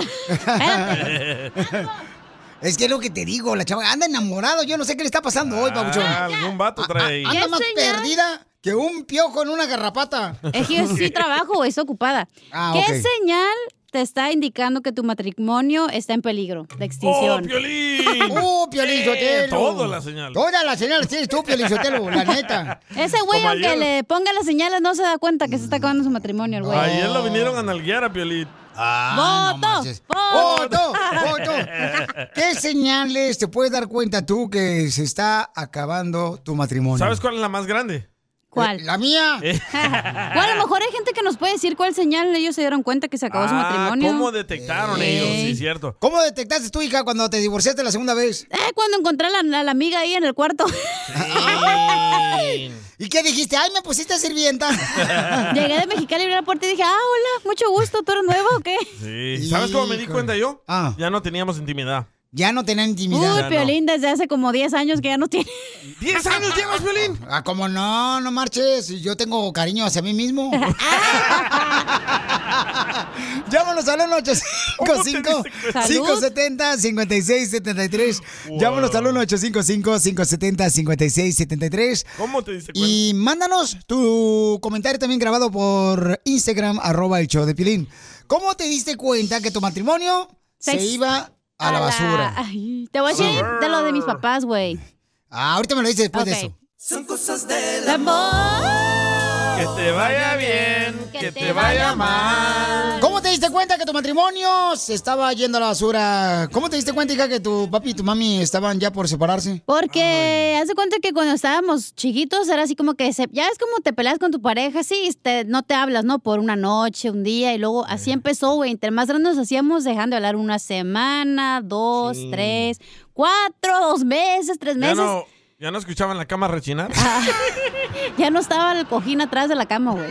S2: Es que es lo que te digo, la chava anda enamorado, yo no sé qué le está pasando hoy, Pabuchón.
S3: Ah, algún vato trae ahí.
S2: Anda más perdida que un piojo en una garrapata.
S4: Es que yo sí trabajo, es ocupada.
S2: Ah,
S4: ¿Qué
S2: ok.
S4: señal te está indicando que tu matrimonio está en peligro de
S3: ¡Oh,
S4: extinción?
S3: Piolín!
S12: Uh,
S2: ¡Oh, Piolín
S3: Eh,
S2: Sotelo!
S3: Todo la señal.
S2: Todas las señales tienes tú, Piolín Sotelo, la neta.
S4: Ese güey,
S3: Como
S4: aunque
S3: ayer.
S4: le ponga las señales, no se da cuenta que se está acabando su matrimonio, el güey.
S3: Ayer lo vinieron a nalguear a Piolín.
S4: Ah,
S2: ah,
S4: ¡Voto!
S3: ¡Oh,
S2: ¡Voto! ¡Voto! ¿Qué señales te puedes dar cuenta tú que se está acabando tu matrimonio?
S3: ¿Sabes cuál es la más grande?
S4: ¿Cuál?
S2: La mía.
S3: Eh.
S4: o a lo mejor hay gente que nos puede decir cuál señal ellos se dieron cuenta que se acabó su
S3: Ah,
S4: matrimonio.
S3: ¿Cómo detectaron ellos? Sí, cierto.
S2: ¿Cómo detectaste tu hija cuando te divorciaste la segunda vez?
S4: Eh, cuando encontré a la, a la amiga ahí en el cuarto.
S2: ¿Y qué dijiste? Ay, me pusiste sirvienta.
S4: Llegué de Mexicali, abrí la puerta y dije, ah, hola, mucho gusto, ¿tú eres nuevo o qué?
S3: Sí. Ah. ¿Sabes cómo me di cuenta yo? Ya no teníamos intimidad.
S2: Ya no tenía
S4: Uy,
S3: Ya no.
S4: Piolín, desde hace como 10 años que ya no tiene.
S3: ¿10 años llevas, Piolín?
S2: Ah, como no, no marches. Yo tengo cariño hacia mí mismo.
S4: Ah.
S2: Llámanos al 1-855 570 5673 Llámanos al 1-855 570 5673
S3: ¿Cómo te diste cuenta?
S2: Y mándanos tu comentario también grabado por Instagram, arroba el show de Pilín. ¿Cómo te diste cuenta que tu matrimonio se,
S4: Sex-
S2: iba a la basura?
S4: Ay, te voy a decir de lo de mis papás, güey.
S2: Ah, ahorita me lo dices después de eso.
S4: Son cosas del amor.
S3: Que te vaya bien, que te vaya mal.
S2: ¿Cómo te diste cuenta que tu matrimonio se estaba yendo a la basura? ¿Cómo te diste cuenta, hija, que tu papi y tu mami estaban ya por separarse?
S4: Porque hace cuenta que cuando estábamos chiquitos era así como que se- ya es como te peleas con tu pareja, sí, te- no te hablas, ¿no? Por una noche, un día, y luego así
S3: Eh.
S4: empezó, güey. Entre más grandes nos hacíamos, dejando de hablar una semana, dos, tres, cuatro, dos meses, tres
S3: Ya
S4: meses. Ah.
S3: no, ya no escuchaban la cama rechinar.
S4: Ya no estaba el cojín atrás de la cama, güey.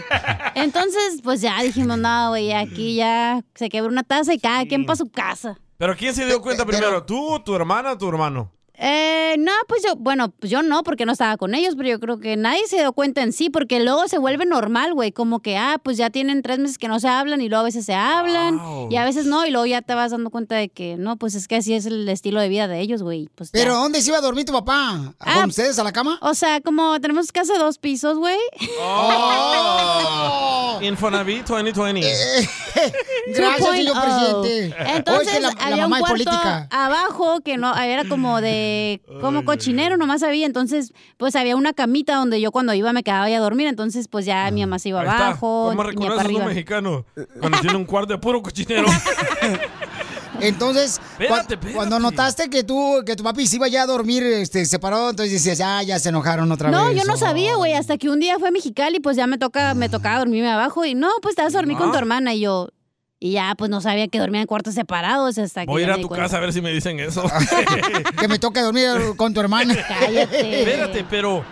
S4: Entonces, pues ya dijimos, no, güey, aquí ya se quebró una taza y cada quien para su casa.
S3: Pero ¿quién se dio cuenta primero? ¿Tú, tu hermana o tu hermano?
S4: Eh, no, pues yo, bueno, pues yo no, porque no estaba con ellos, pero yo creo que nadie se dio cuenta en sí, porque luego se vuelve normal, güey, como que, ah, pues ya tienen tres meses que no se hablan y luego a veces se hablan
S2: Wow.
S4: y a veces no, y luego ya te vas dando cuenta de que, no, pues es que así es el estilo de vida de ellos, güey. Pues ya.
S2: ¿Pero dónde se iba a dormir tu papá? ¿Con
S4: Ah.
S2: ustedes a la cama?
S4: O sea, como tenemos casa de dos pisos, güey.
S3: ¡Oh! Eh, Infonavit 2020.
S2: Gracias, señor
S4: 2.0.
S2: presidente. Hoy
S4: Oh. Entonces,
S2: que la- la
S4: había un
S2: mamá es
S4: cuarto
S2: política.
S4: abajo que no era como de como cochinero, nomás había. Entonces, pues había una camita donde yo cuando iba me quedaba ahí a dormir. Entonces, pues ya mi mamá se iba
S3: Ahí está.
S4: abajo,
S3: ¿Cómo
S4: mi papá
S3: reconoces a un
S4: arriba.
S3: mexicano cuando tiene un cuarto de puro cochinero?
S2: Entonces, cua-
S3: Espérate,
S2: cuando notaste que tú, que tu papi se iba ya a dormir este, separado, entonces decías, ya, ya se enojaron otra
S4: No,
S2: vez.
S4: yo no
S2: Oh.
S4: sabía, güey, hasta que un día fue a Mexicali, pues ya me toca, me tocaba dormirme abajo y no, pues te vas a dormir con tu
S3: Ah.
S4: hermana y yo. Y ya, pues no sabía que dormían en cuartos separados hasta que.
S3: Voy a
S4: ya
S3: ir a
S4: me di
S3: tu
S4: cuenta.
S3: casa a ver si me dicen eso.
S2: Que me toca dormir con tu hermana.
S4: Cállate.
S3: Espérate, pero.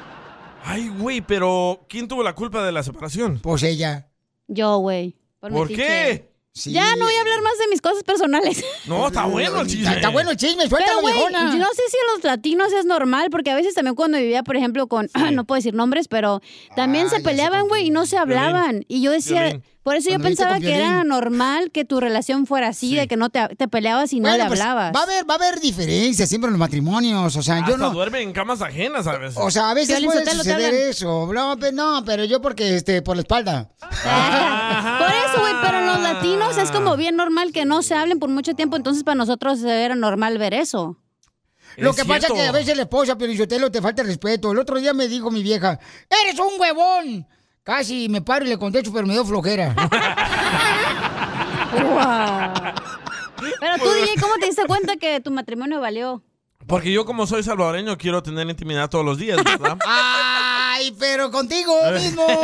S3: Ay, güey, pero ¿quién tuvo la culpa de la separación?
S2: Pues ella.
S4: Yo, güey. Por,
S3: ¿Por
S4: metiche.
S3: qué?
S4: Ya no voy a hablar más de mis cosas personales.
S3: No, Oh, está bueno el chisme.
S2: Está bueno el chisme, suéltalo,
S4: Pero, güey,
S2: viejona.
S4: yo no sé si en los latinos es normal, porque a veces también cuando vivía, por ejemplo, con, no puedo decir nombres, pero
S2: Ah,
S4: también se peleaban, güey, y no se hablaban. Y yo decía,
S2: Piolín.
S4: por eso yo
S2: Cuando viviste
S4: pensaba
S2: con
S4: que era
S2: Piolín.
S4: normal que tu relación fuera así, de que no te, te peleabas y no
S2: Bueno,
S4: le
S2: pues,
S4: hablabas.
S2: Va a haber, va a haber diferencias siempre en los matrimonios. O sea,
S3: Hasta
S2: yo no.
S3: duermen en camas ajenas a veces.
S2: O sea, a veces puede
S4: Sotelo, te
S2: suceder
S4: hablan.
S2: eso. No, pe- no, pero yo porque este, por la espalda.
S4: Por eso, güey, pero en los latinos es como bien normal que no se hablen por mucho tiempo, entonces para nosotros era normal ver eso.
S2: Lo
S4: Es
S2: que pasa es que
S4: cierto.
S2: a veces la esposa, Piolichotelo, te falta el respeto. El otro día me dijo mi vieja, ¡eres un huevón! Casi me paro y le contesto, pero me dio flojera.
S4: Pero tú, DJ, ¿cómo te diste cuenta que tu matrimonio valió?
S3: Porque yo, como soy salvadoreño, quiero tener intimidad todos los días, ¿verdad?
S2: Ay, pero contigo mismo.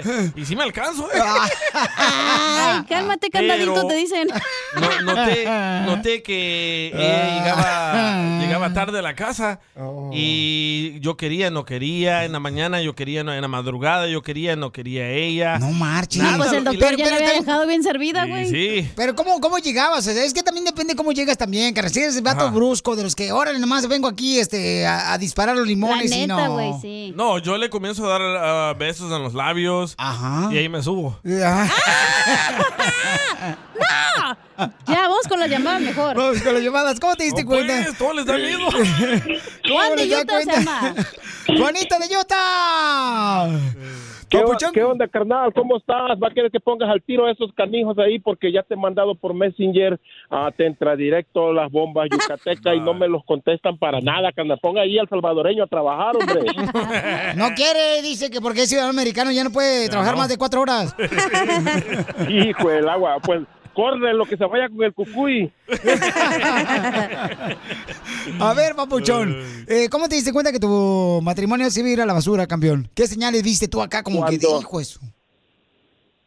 S2: Ah.
S3: y sí me alcanzo, ¿eh?
S4: Ay, cálmate,
S3: Pero-
S4: candadito, te dicen.
S3: No- noté, noté que
S2: Ah.
S3: ella llegaba, llegaba tarde a la casa
S2: Oh.
S3: y yo quería, no quería, en la mañana yo quería, no, en la madrugada yo quería, no quería ella.
S2: No marches.
S4: No, pues el doctor ya la había dejado bien servida,
S3: Sí,
S4: güey.
S3: sí.
S2: Pero ¿cómo, cómo llegabas? O sea, es que también depende cómo llegas también, que Si eres el vato
S3: Ajá.
S2: brusco de los que, órale, nomás vengo aquí este, a, a disparar los limones y no.
S4: sí.
S3: No, yo le comienzo a dar ah, besos en los labios y ahí me subo.
S4: Ah, ¡No! Ya, vos con las llamadas mejor.
S2: Vamos con las llamadas. ¿Cómo te diste cuenta?
S3: todo les da miedo.
S4: Juan de
S2: les da
S4: Utah se
S2: cuenta?
S4: llama.
S2: ¡Juanita de Utah!
S13: ¿Qué, qué onda, carnal? ¿Cómo estás? Va a querer que pongas al tiro a esos canijos ahí porque ya te he mandado por Messenger, ah, te entra directo las bombas yucateca y no me los contestan para nada, carnal. Ponga ahí al salvadoreño a trabajar, hombre.
S2: No quiere, dice que porque es ciudadano americano ya no puede trabajar
S13: no.
S2: más de cuatro horas.
S13: Hijo del agua, pues corre lo que se vaya con el cucuy.
S2: A ver, papuchón, eh, ¿cómo te diste cuenta que tu matrimonio se iba a ir a la basura, campeón? ¿Qué señales viste tú acá como que
S13: Cuando-
S2: dijo eso?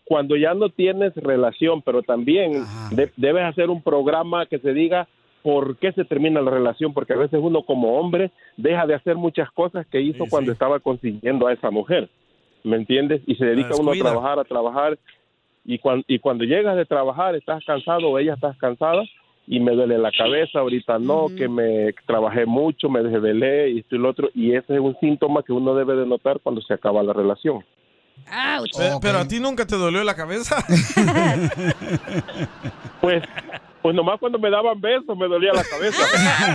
S13: cuando ya no tienes relación, pero también de- debes hacer un programa que se diga por qué se termina la relación, porque a veces uno como hombre deja de hacer muchas cosas que hizo cuando estaba consiguiendo a esa mujer, ¿me entiendes? Y se dedica uno a
S18: descuida.
S13: trabajar, a trabajar, y, cuan- y cuando llegas de trabajar estás cansado o ella estás cansada y me duele la cabeza, ahorita no, que me trabajé mucho, me desvelé y esto y lo otro, y ese es un síntoma que uno debe de notar cuando se acaba la relación.
S3: Pe- Pero, a ti nunca te dolió la cabeza.
S13: Pues, pues nomás cuando me daban besos me dolía la cabeza.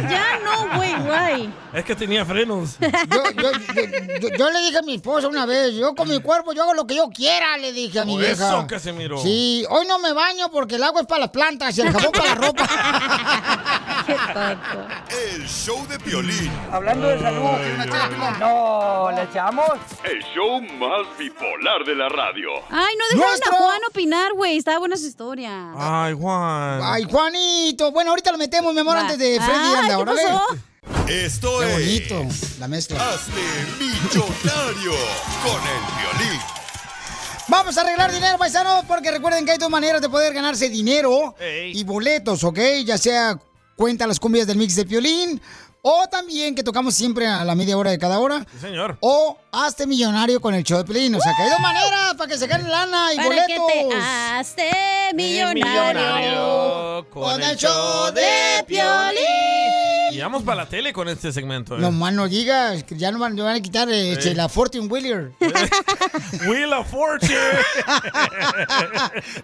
S4: Ya no, güey, güey.
S3: es que tenía frenos.
S2: Yo, yo- yo- yo- yo le dije a mi esposa una vez, yo con mi cuerpo yo hago lo que yo quiera, le dije a mi
S3: O
S2: vieja.
S3: eso, Casimiro.
S2: Sí, hoy no me baño porque el agua es para las plantas y el jabón para la ropa.
S15: El show de Piolín.
S17: Hablando de salud, ¿quiere una chela, Pilón? No, ¿le echamos?
S6: El show más bipolar de la radio.
S4: Ay, no dejaron a Juan opinar, güey. Estaba buena su historia.
S3: Ay, Juan.
S2: Ay, Juanito. Bueno, ahorita lo metemos, mi amor,
S4: Va.
S2: antes de Freddy.
S4: Ay,
S2: anda,
S4: ¿qué
S2: órale.
S4: pasó?
S15: Esto
S2: Qué
S15: es.
S2: bonito, la mezcla.
S15: Hazte millonario con el violín.
S2: Vamos a arreglar dinero, paisanos, porque recuerden que hay dos maneras de poder ganarse dinero y boletos, ¿ok? Ya sea cuenta las cumbias del mix de violín o también que tocamos siempre a la media hora de cada hora.
S3: Sí, señor.
S2: O hazte millonario con el show de Piolín. O sea, que hay dos maneras para que se gane lana y
S4: Para
S2: boletos. Eh,
S4: que te hazte millonario.
S3: oh, Con
S2: oh, el show de
S3: Piolín. Y vamos para la tele con este segmento. ¿eh?
S2: No más no digas, que ya no van, no van a quitar eh,
S3: Sí.
S2: la Fortune Wheeler.
S3: Wheel of Fortune.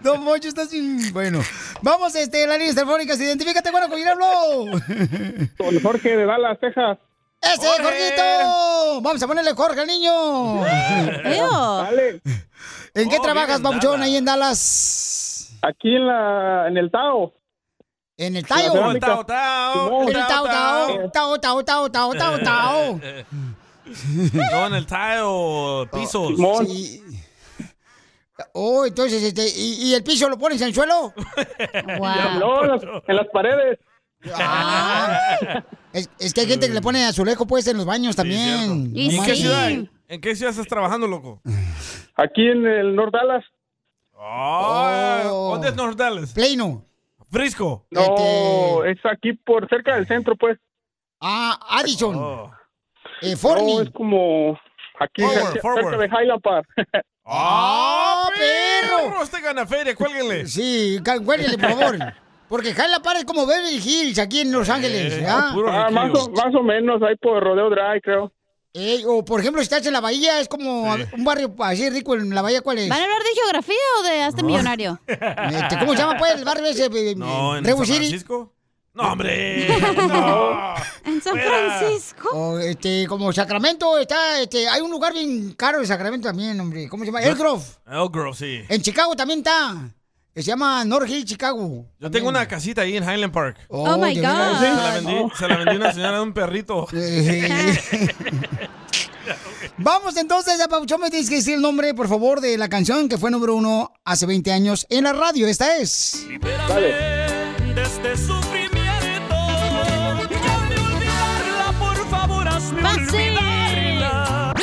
S2: no, Mocho, estás bien. Bueno, vamos este, las líneas telefónicas. Identifícate, bueno, con quién hablo.
S13: Con Jorge de Dallas, Texas.
S2: ¡Ese,
S13: Jorge.
S2: Jorgito! Vamos a ponerle Jorge al niño.
S13: Dale.
S2: ¿En qué
S13: Oh,
S2: trabajas,
S13: vive en
S3: Oh,
S2: papuchón,
S13: Dallas.
S2: ahí en Dallas?
S19: Aquí en, la, en el Tao.
S2: En el
S19: La
S2: Tao.
S19: cerámica.
S2: Tao,
S3: Tao.
S2: En el Tao, Tao.
S19: Eh,
S3: Tao.
S2: Tao, Tao, Tao, Tao, Tao, Tao.
S3: No, en el tile, pisos.
S2: Sí. Oh, entonces, este, ¿y, y el piso lo pones en el suelo?
S19: Ya, No, en las, en las paredes.
S2: Ah, es, es que hay gente que le pone azulejo, pues, en los baños también.
S3: ¿Y en
S2: No
S3: qué
S2: marches.
S3: ciudad? ¿En qué ciudad estás trabajando, loco?
S19: Aquí en el North Dallas.
S3: Ah, ¿Dónde es North Dallas?
S2: Oh. Plano. Este-
S3: Frisco.
S19: No, es aquí por cerca del centro, pues.
S2: Ah, Addison. Eh,
S19: No, es como aquí
S3: Oh. Forward,
S19: cerca,
S3: forward.
S19: cerca de Highland Park.
S3: ¡Ah, perro! Usted gana feria, cuélguenle.
S2: Sí, ca- cuélguenle, por favor. Porque Jala Par es como Beverly Hills aquí en Los
S3: Eh,
S2: Ángeles. ¿ah?
S19: Ah, más, o, más o menos, ahí por Rodeo Drive, creo.
S2: Ey, o por ejemplo, si estás en la bahía, es como un barrio así rico en la bahía, ¿cuál es?
S4: ¿Van a hablar de geografía o de hazte millonario?
S2: Este, ¿Cómo se llama pues el barrio ese? eh,
S3: No, en
S2: Rebu
S3: San
S2: City?
S3: Francisco. No, hombre.
S4: En San
S3: Fuera.
S4: Francisco.
S2: O, este, como Sacramento está, este, hay un lugar bien caro en Sacramento también, hombre. ¿Cómo se llama? El Grove.
S3: El Grove, Oh, sí.
S2: En Chicago también está. Que se llama North Hill Chicago.
S3: Yo tengo una casita ahí en Highland Park.
S2: Oh, my ¿de veras? God.
S3: Se la vendí, se la vendí a una señora de un perrito.
S2: Vamos entonces, ya Pabuchón, me tienes que decir el nombre, por favor, de la canción que fue número uno hace 20 años en la radio. Esta es.
S11: De este sufrimiento. Hazme olvidarla, por favor, hazme olvidarla.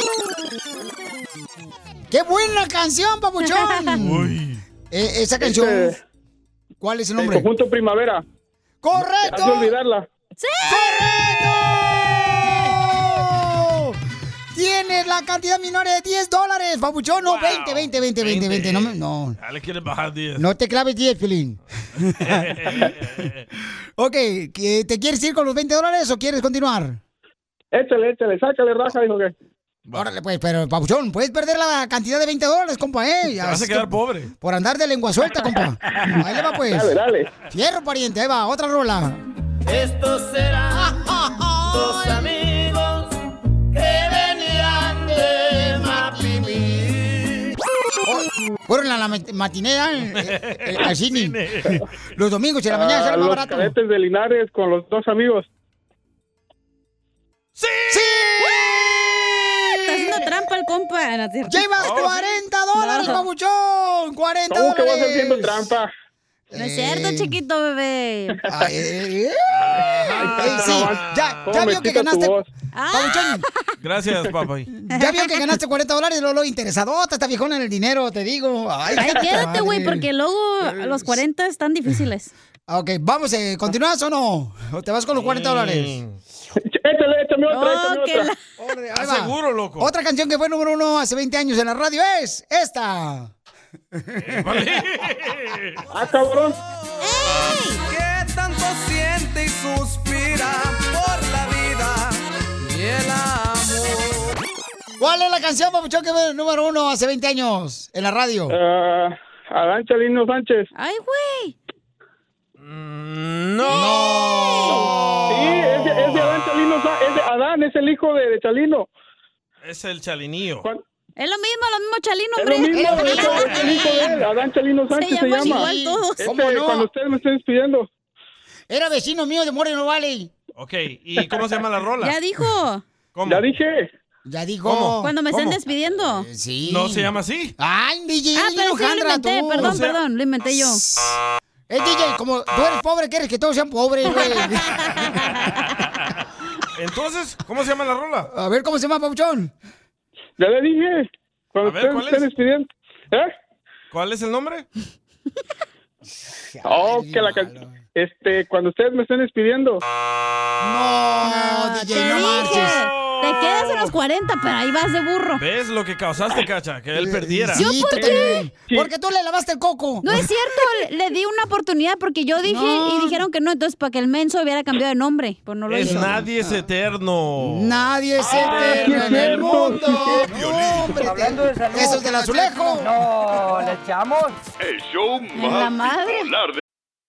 S2: ¡Qué buena canción, Pabuchón! Eh, esa canción.
S19: Este-
S2: ¿Cuál es el
S19: El
S2: nombre?
S19: conjunto Primavera.
S2: ¡Correcto!
S19: Hazme olvidarla.
S2: ¡Sí! ¡Correcto! Tienes la cantidad minoria de 10 dólares, Pabuchón. No, 20, 20, 20, 20, 20. No, me- no,
S3: Ya le quieren bajar 10.
S2: no te claves 10, Pilín. ok, ¿que- ¿te quieres ir con los 20 dólares o quieres continuar?
S19: Échale, échale, sácale raja, dijo que.
S2: Órale, pues, pero Pabuchón, puedes perder la cantidad de 20 dólares, compa, ¿eh?
S3: Te vas
S2: Así
S3: a
S2: que-
S3: quedar pobre.
S2: Por andar de lengua suelta, compa. Ahí le va, pues.
S3: Dale, dale.
S2: Fierro, pariente, ahí va, otra rola.
S11: Estos serán dos amigos que venían de Mapimí.
S3: Oh.
S2: Fueron a la mat- matinera eh, eh, eh, al cine. Los domingos en la mañana
S19: Ah,
S2: sale más
S19: los
S2: barato.
S19: cadetes de Linares con los dos amigos.
S4: Está haciendo trampa el compa. Ah, No, es cierto.
S2: ¡Llevas
S4: No.
S2: 40 dólares,
S4: No.
S2: papuchón! ¡40
S4: ¿Cómo
S2: dólares!
S4: que vas haciendo
S19: trampa?
S4: No es cierto, chiquito bebé.
S2: Ah, eh, Ey, sí, ya,
S3: ¿Cómo
S2: ya
S3: me
S2: vio que
S3: quita tu
S2: ganaste. Ah.
S3: voz?
S2: Papuchón,
S3: Gracias, papá.
S2: ya vio que ganaste 40 dólares, Lolo, interesadota, está viejón en el dinero, te digo. Ay,
S4: Ay,
S2: puta
S4: quédate, güey,
S2: madre. Eh,
S4: porque luego los 40 están difíciles.
S2: Ok, vamos, eh, ¿continúas o no? ¿O te vas con los 40 dólares?
S3: Mm.
S19: Échale, échame
S2: otra, échame otra.
S3: Está Ah, seguro, loco.
S2: Otra canción que fue número uno hace 20 años en la radio es esta.
S19: Ah, cabrón.
S11: Que tanto siente y suspira por la vida y el amor.
S2: ¿Cuál es la canción, papuchón, que fue número uno hace 20 años en la radio?
S19: Ah, Adán Chalino Sánchez.
S4: Ay, güey.
S3: Mm, ¡No!
S19: Sí, es de, es de Adán Chalino Sa- Es de Adán, es el hijo de, de Chalino.
S3: Es el chalinillo.
S4: Es lo mismo, lo mismo Chalino,
S19: Es
S4: hombre.
S19: lo mismo, es, el- es el hijo de él. Adán Chalino
S4: Se
S19: Sánchez se llama.
S4: llaman igual todos.
S19: Este,
S4: ¿Cómo no?
S19: Cuando ustedes me estén despidiendo.
S2: Era vecino mío de Moreno Valley.
S3: Ok, ¿y cómo se llama la rola?
S4: Ya dijo.
S3: ¿Cómo?
S19: Ya dije.
S2: Ya dijo.
S3: ¿Cómo?
S4: Cuando me
S3: ¿Cómo?
S4: están despidiendo.
S2: Sí.
S3: ¿No se llama así?
S2: Ay, DJ,
S4: Ah,
S2: eres
S4: pero sí, lo
S2: Alejandra,
S4: inventé.
S2: tú.
S4: Perdón,
S2: O sea-
S4: perdón, lo inventé yo.
S2: Es DJ, como tú eres pobre, quieres que todos sean pobres, güey.
S3: Entonces, ¿cómo se llama la rola?
S2: A ver, ¿cómo se llama, papuchón?
S19: Ya le dije. Cuando
S3: A ver,
S19: ustedes me
S3: ¿cuál
S19: estén
S3: es?
S19: despidiendo. ¿Eh?
S3: ¿Cuál es el nombre?
S19: Oh, que la can- Este, cuando ustedes me estén despidiendo.
S2: No,
S4: Te
S2: DJ, no
S4: dije.
S2: marches.
S4: Te quedas en los 40, pero ahí vas de burro.
S3: ¿Ves lo que causaste, Cacha? Que él perdiera.
S4: ¿Yo por qué?
S2: Porque tú le lavaste el coco.
S4: No es cierto, le- le di una oportunidad porque yo dije y dijeron que no, entonces para que el menso hubiera cambiado de nombre, pues no lo
S3: Es
S4: hizo.
S3: nadie es eterno.
S2: Ah. Nadie se eterno en el mundo. No, hombre,
S17: Hablando de salud.
S2: Eso es del azulejo.
S17: No, le echamos.
S6: El show
S17: la
S6: más
S17: madre.
S6: bipolar de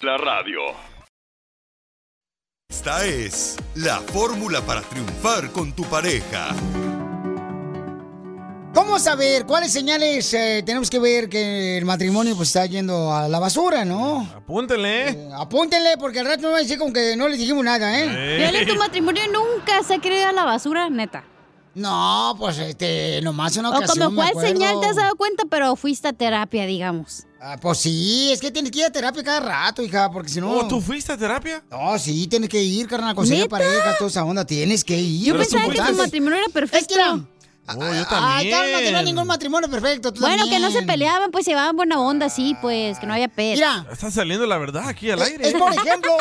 S6: La radio.
S15: Esta es la fórmula para triunfar con tu pareja.
S2: ¿Cómo saber cuáles señales eh, tenemos que ver que el matrimonio pues está yendo a la basura, no? Eh,
S3: Apúntenle.
S2: Apúntenle porque al rato me van a decir como que no les dijimos nada, ¿eh?
S3: Ey. Piolín,
S4: Tu matrimonio nunca se ha querido ir a la basura, neta.
S2: No, pues este, nomás una
S4: O
S2: ocasión.
S4: como
S2: me
S4: cuál
S2: acuerdo.
S4: señal te has dado cuenta, pero fuiste a terapia, digamos.
S2: Ah, pues sí, es que tienes que ir a terapia cada rato, hija, porque si no.
S4: ¿Oh, tú
S3: fuiste a terapia?
S2: No, sí, tienes que ir, carnal, conseguir
S4: ¿Neta?
S2: pareja, toda esa onda, tienes que ir. Ah,
S4: Yo
S2: es
S4: pensaba que tu
S2: importante.
S4: matrimonio era perfecto.
S3: Oh, yo
S2: Ay,
S3: también.
S2: cálmate, no hay ningún matrimonio perfecto. tú
S4: Bueno, que
S2: también.
S4: no se peleaban, pues se llevaban buena onda, sí, pues, que no había pedo.
S2: Mira.
S3: Está saliendo la verdad aquí al aire.
S2: Es por ejemplo,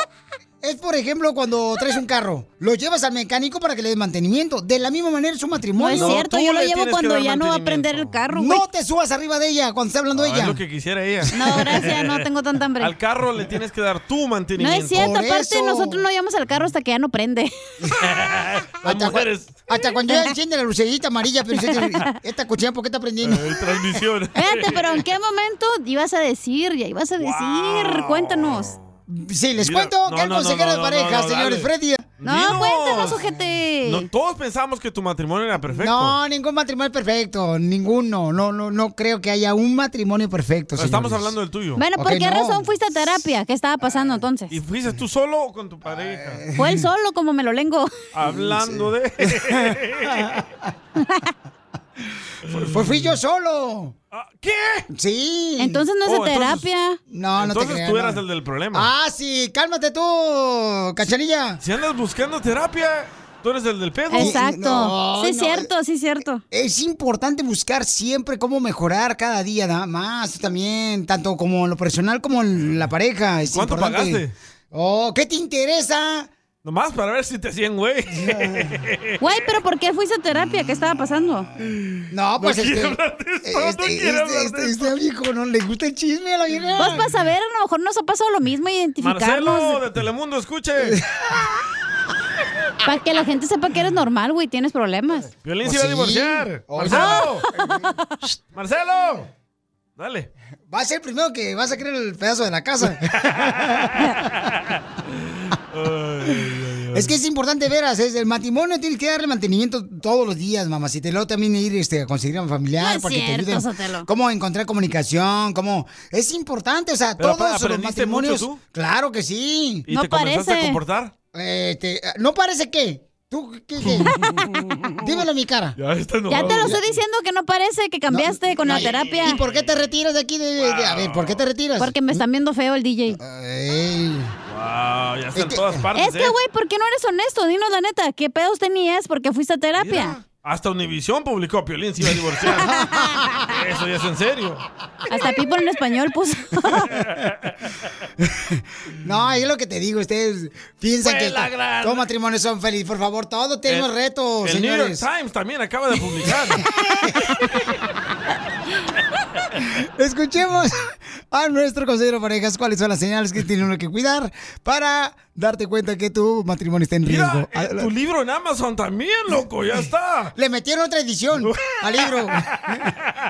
S2: es por ejemplo cuando traes un carro, lo llevas al mecánico para que le des mantenimiento. De la misma manera es un
S4: No
S2: matrimonio.
S4: es cierto, yo lo llevo cuando ya no va a prender el carro, güey.
S2: No te subas arriba de ella cuando está hablando
S3: Ah,
S2: ella.
S3: Es lo que quisiera ella.
S4: No, gracias, no tengo tanta hambre.
S3: Al carro le tienes que dar tu
S4: No
S3: mantenimiento.
S4: es cierto, aparte nosotros no llevamos al carro hasta que ya no prende.
S3: Las mujeres.
S2: Hasta cuando ya enciende la lucecita amarilla, pero dice, esta cochina, ¿por qué está prendiendo?
S3: eh, transmisión.
S4: Espérate, pero ¿en qué momento ibas a decir? Ya ibas a decir. Cuéntanos.
S2: Sí, les
S3: Mira,
S2: cuento
S3: no,
S2: que el
S3: no, no,
S2: consejero
S3: no,
S2: de
S3: no,
S2: pareja,
S3: no,
S2: señores,
S3: dale.
S2: Freddy. ¿eh?
S4: No,
S3: Dinos.
S4: cuéntanos, ojete.
S3: No, todos pensamos que tu matrimonio era perfecto.
S2: No, ningún matrimonio es perfecto, ninguno. No, no, no creo que haya un matrimonio perfecto.
S3: Pero estamos
S2: señores.
S3: hablando del tuyo.
S4: Bueno, ¿por
S2: Ok,
S4: qué
S2: no.
S4: razón fuiste a terapia? ¿Qué estaba pasando entonces?
S3: ¿Y fuiste tú solo o con tu pareja?
S2: Eh,
S4: Fue él solo, como me lo lengo.
S3: Hablando de.
S2: Pues fui yo solo.
S3: Ah, ¿Qué?
S2: Sí.
S4: Entonces no es
S3: Oh,
S4: de
S3: entonces-
S4: terapia.
S2: No, no te
S3: Entonces
S2: creas.
S3: tú
S2: no.
S3: eras el del problema.
S2: Ah, sí, cálmate tú, cachanilla.
S3: Si andas buscando terapia, tú eres el del pedo.
S4: Exacto.
S2: No,
S4: sí, es
S2: no. eh,
S4: cierto, sí, es cierto.
S2: Es importante buscar siempre cómo mejorar cada día nada más, tú también, tanto como en lo personal como en la pareja. Es
S3: ¿Cuánto
S2: importante.
S3: pagaste?
S2: Oh, ¿qué te interesa?
S3: Nomás para ver si te hacían, güey.
S4: Güey, pero ¿por qué fuiste a terapia? ¿Qué estaba pasando?
S2: No, pues
S3: quiero
S2: este,
S3: hablar de esto, no
S2: este,
S3: quiero
S2: este,
S3: hablar de
S2: este- este viejo no le gusta el chisme a la vieja.
S4: Vos Pues, para saber, a lo mejor nos ha pasado lo mismo,
S3: Marcelo
S4: identificarnos.
S3: de Telemundo, escuche.
S4: Pues Para que la gente sepa que eres normal, güey, tienes problemas.
S3: Violín se
S4: Pues
S3: va a
S4: sí.
S3: divorciar.
S4: Oh,
S3: Marcelo. Marcelo. Dale.
S2: Va a ser el primero que vas a querer el pedazo de la casa. Es que es importante veras, es el matrimonio tienes que darle mantenimiento todos los días, mamá. Si te lo también ir este, a conseguir un familiar
S4: No es
S2: para que
S4: cierto,
S2: te ayuden.
S4: Sotelo.
S2: Cómo encontrar comunicación, cómo es importante, o sea,
S3: Pero,
S2: todos los
S3: ¿aprendiste mucho
S2: matrimonios.
S3: tú?
S2: Claro que sí.
S3: ¿Y te comenzaste a comportar?
S2: Este, no parece qué. ¿Tú qué? qué? Dímelo en mi cara.
S3: Ya está
S4: Ya
S3: enojado.
S4: te lo estoy diciendo que no parece que cambiaste con la terapia.
S2: ¿Y por qué te retiras de aquí? de- de- de- a ver, ¿por qué te retiras? ¿Mm?
S4: Porque me están viendo feo el DJ.
S3: Wow, ya está en todas partes.
S4: Es que,
S3: ¿eh?
S4: güey, ¿por qué no eres honesto? Dinos la neta, ¿qué pedos tenías porque fuiste a terapia?
S3: Hasta Univisión publicó Piolín se iba a divorciar. Eso ya es en serio.
S4: Hasta People en español puso.
S2: No, es lo que te digo, ustedes piensan
S3: Fue
S2: que
S3: la
S2: to-
S3: gran-
S2: todos matrimonios son felices. Por favor, todos tenemos
S3: El-
S2: retos,
S3: El New York
S2: señores.
S3: Times también acaba de publicar.
S2: Escuchemos a nuestro consejero de parejas cuáles son las señales que tiene uno que cuidar para darte cuenta que tu matrimonio está en riesgo.
S3: eh, tu libro en Amazon también, loco, ya está.
S2: Le metieron otra edición al libro.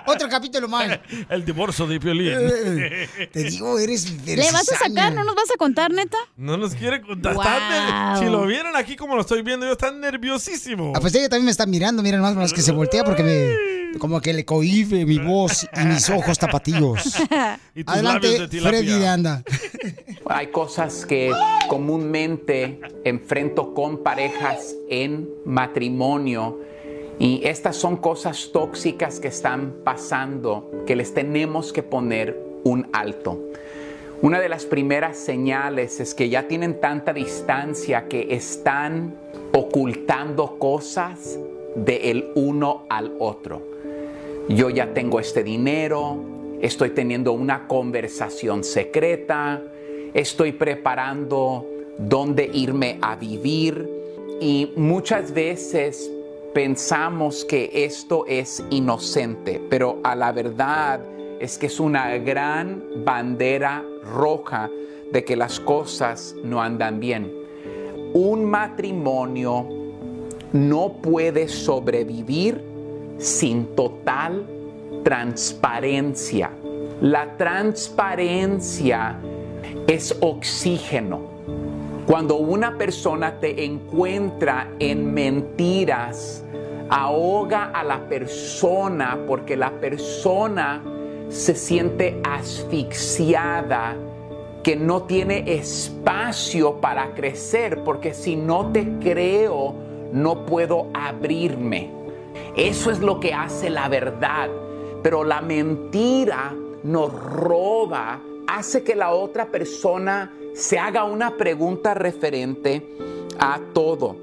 S2: Otro capítulo más.
S3: El divorcio de Piolín.
S2: Eh, te digo, eres... eres
S4: ¿Le vas a sacar? ¿No nos vas a contar, neta?
S3: No nos quiere contar.
S4: Wow.
S3: Está ner- Si lo vieran aquí como lo estoy viendo, yo está nerviosísimo.
S2: Ah, pues ella también me está mirando, mira nomás, nomás que se voltea porque me, Como que le cohibe mi voz y mis ojos tapatíos.
S20: Y tus labios
S2: Adelante,
S20: de tilapia.
S2: Freddy de Anda.
S20: Hay cosas que comúnmente enfrento con parejas en matrimonio y estas son cosas tóxicas que están pasando, que les tenemos que poner un alto. Una de las primeras señales es que ya tienen tanta distancia que están ocultando cosas del uno al otro yo ya tengo este dinero, estoy teniendo una conversación secreta, estoy preparando dónde irme a vivir y muchas veces pensamos que esto es inocente, pero a la verdad es que es una gran bandera roja de que las cosas no andan bien. Un matrimonio no puede sobrevivir sin total transparencia. La transparencia es oxígeno. Cuando una persona te encuentra en mentiras, ahoga a la persona porque la persona se siente asfixiada, que no tiene espacio para crecer, porque si no te creo, no puedo abrirme. Eso es lo que hace la verdad. Pero la mentira nos roba, hace que la otra persona se haga una pregunta referente a todo.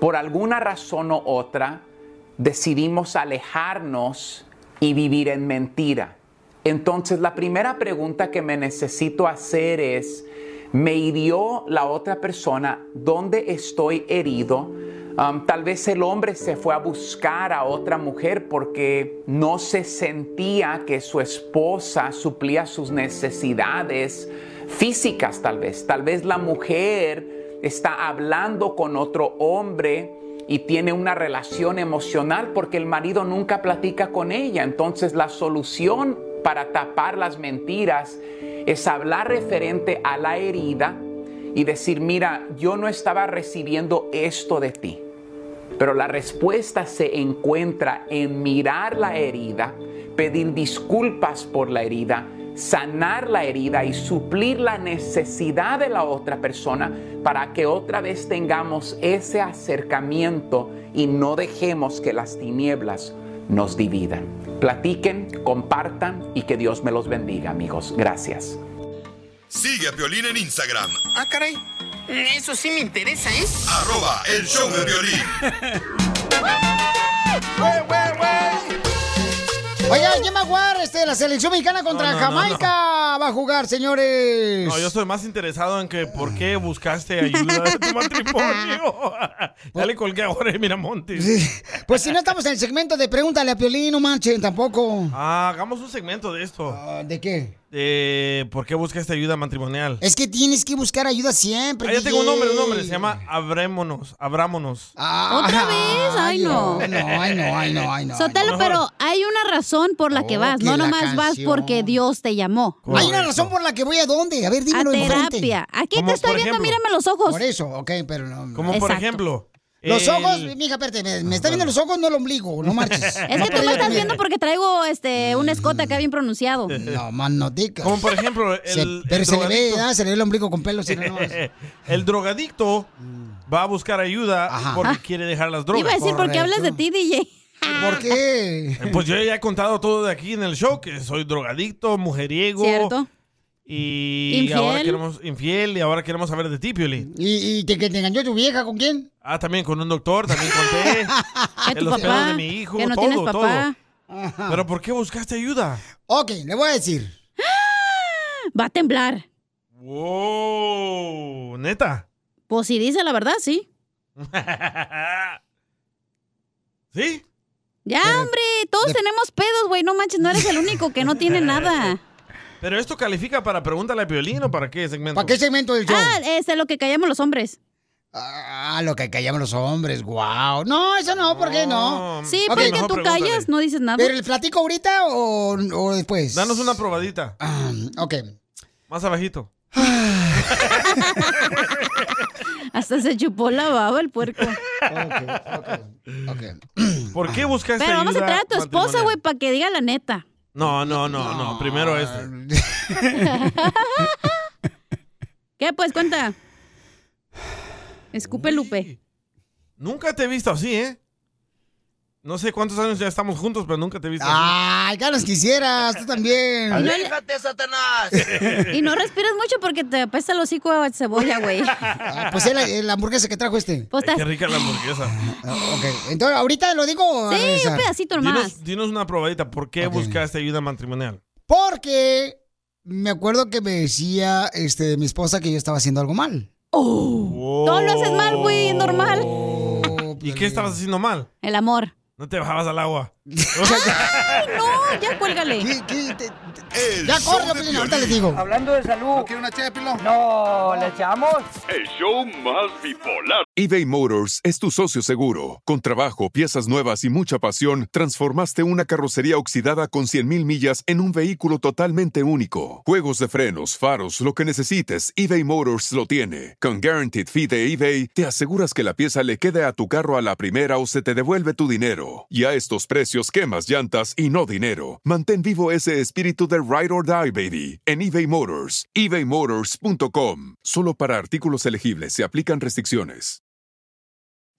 S20: Por alguna razón u otra, decidimos alejarnos y vivir en mentira. Entonces, la primera pregunta que me necesito hacer es, ¿me hirió la otra persona? ¿Dónde estoy herido? Um, tal vez el hombre se fue a buscar a otra mujer porque no se sentía que su esposa suplía sus necesidades físicas tal vez. Tal vez la mujer está hablando con otro hombre y tiene una relación emocional porque el marido nunca platica con ella. Entonces la solución para tapar las mentiras es hablar referente a la herida y decir, mira, yo no estaba recibiendo esto de ti. Pero la respuesta se encuentra en mirar la herida, pedir disculpas por la herida, sanar la herida y suplir la necesidad de la otra persona para que otra vez tengamos ese acercamiento y no dejemos que las tinieblas nos dividan. Platiquen, compartan y que Dios me los bendiga, amigos. Gracias.
S15: Sigue a Piolín en Instagram,
S21: Ah, caray. Eso sí me interesa, ¿eh?
S2: Ah.
S15: arroba el show de violín.
S2: Oiga, ¿quién va a jugar este, la selección mexicana contra
S3: No, no, no,
S2: Jamaica? Va a jugar, señores.
S3: No, yo estoy más interesado en que por qué buscaste ayuda de tu matrimonio. ya le colgué ahora, mira, Monty.
S2: Pues si no estamos en el segmento de pregúntale a Piolín, no manchen tampoco.
S3: Ah, hagamos un segmento de esto.
S2: Ah, ¿De qué?
S3: De por qué buscaste ayuda matrimonial.
S2: Es que tienes que buscar ayuda siempre.
S3: Ah, yo tengo un
S2: DJ.
S3: nombre, un nombre. Se llama Abrémonos. Abrámonos.
S4: ¿Otra vez? Ay, no.
S2: Ah, ay, no, ay, no, ay, no. Oh,
S4: Sotelo, pero hay una razón por la que vas.
S2: que
S4: No
S2: la
S4: nomás vas
S2: canción.
S4: porque Dios te llamó.
S2: Hay una razón por la que voy a dónde. A ver, dímelo
S4: A
S2: enfrente.
S4: terapia. Aquí te estoy viendo, mírame los ojos.
S2: Por eso, ok, pero no.
S3: Como por
S2: Exacto.
S3: ejemplo.
S2: Los
S3: el-
S2: ojos, mija, espérate, me, me está viendo los ojos, no el ombligo, no marches.
S4: Es que tú me estás viendo porque traigo este
S2: Mm.
S4: un escote acá bien pronunciado.
S2: No, más no digas.
S3: Como por ejemplo, el,
S2: Se-
S3: el
S2: pero se le ve,
S3: drogadicto.
S2: ¿verdad? Ah, se le ve el ombligo con pelos. si no, Mm. no vas.
S3: el drogadicto va a buscar ayuda porque quiere dejar las drogas.
S4: Ah. Iba a decir, ¿por qué hablas de ti, DJ?
S2: ¿Por qué?
S3: Eh, Pues yo ya he contado todo de aquí en el show, que soy drogadicto, mujeriego.
S4: Cierto.
S3: Y
S2: Infiel.
S3: ahora queremos infiel y ahora queremos saber de ti, Pioli.
S2: ¿Y, y te, que te engañó tu vieja con quién?
S3: Ah, también con un doctor, también conté.
S2: tu
S3: en los
S2: papá,
S3: pedos de mi hijo,
S2: que no
S3: todo,
S2: tienes papá.
S3: todo. Pero ¿por qué buscaste ayuda?
S2: Ok, le voy a decir.
S4: Va a temblar.
S3: Wow, neta.
S4: Pues si dice la verdad, sí.
S3: ¿Sí?
S4: Ya, hombre, todos tenemos pedos, güey. No manches, no eres el único que no tiene nada.
S3: Pero esto califica para pregúntale a Piolín o para qué segmento?
S2: segmento del
S4: show? Ah, este, lo que callamos los hombres.
S2: Ah, lo que callamos los hombres, wow. No, eso no, ¿por qué no?
S4: Sí,
S2: Ok.
S4: porque tú callas, no dices nada.
S2: ¿Pero el platico ahorita o, o después?
S3: Danos una probadita.
S2: ok.
S3: Más abajito.
S4: Hasta se chupó la baba el puerco.
S2: Ok, ok, ok.
S3: ¿Por qué buscaste
S4: Pero vamos a
S3: ayuda
S4: traer a tu esposa,
S3: matrimonial?
S4: güey, para que diga la neta.
S3: No, no, no, no. Primero este.
S4: ¿Qué, pues, cuenta? Escupe Lupe.
S3: Nunca te he visto así, ¿eh? No sé cuántos años ya estamos juntos, pero nunca te he visto
S2: Ay, ganas quisieras, tú también.
S4: ¡Aléjate, Satanás! Y no respiras mucho porque te apesta el hocico a cebolla, güey.
S2: Pues es la, es la hamburguesa que trajo este.
S4: Pues
S3: así. Qué rica la hamburguesa.
S2: Ok, entonces ahorita lo digo. Vanessa?
S3: Dinos, dinos una probadita. ¿Por qué buscaste ayuda matrimonial?
S2: Porque me acuerdo que me decía este, mi esposa que yo estaba haciendo algo mal.
S4: Todo lo haces mal, güey, normal.
S3: Oh, ¿Y qué estabas haciendo mal?
S4: El amor.
S3: No te bajabas al agua.
S4: ¡Ay, no! Ya cuélgale.
S2: Ya
S1: corre,
S2: Piolín, ahorita les digo.
S17: Hablando de salud. ¿No quiere una ché de pilón? No, ¿le echamos?
S6: El show más bipolar
S22: eBay Motors es tu socio seguro. Con trabajo, piezas nuevas y mucha pasión, transformaste una carrocería oxidada con 100.000 millas en un vehículo totalmente único. Juegos de frenos, faros, lo que necesites, eBay Motors lo tiene. Con Guaranteed Fee de eBay, te aseguras que la pieza le quede a tu carro a la primera o se te devuelve tu dinero. Y a estos precios, quemas llantas y no dinero. Mantén vivo ese este espíritu de Ride or Die, baby, en eBay Motors. ebaymotors.com. Solo para artículos elegibles se aplican restricciones.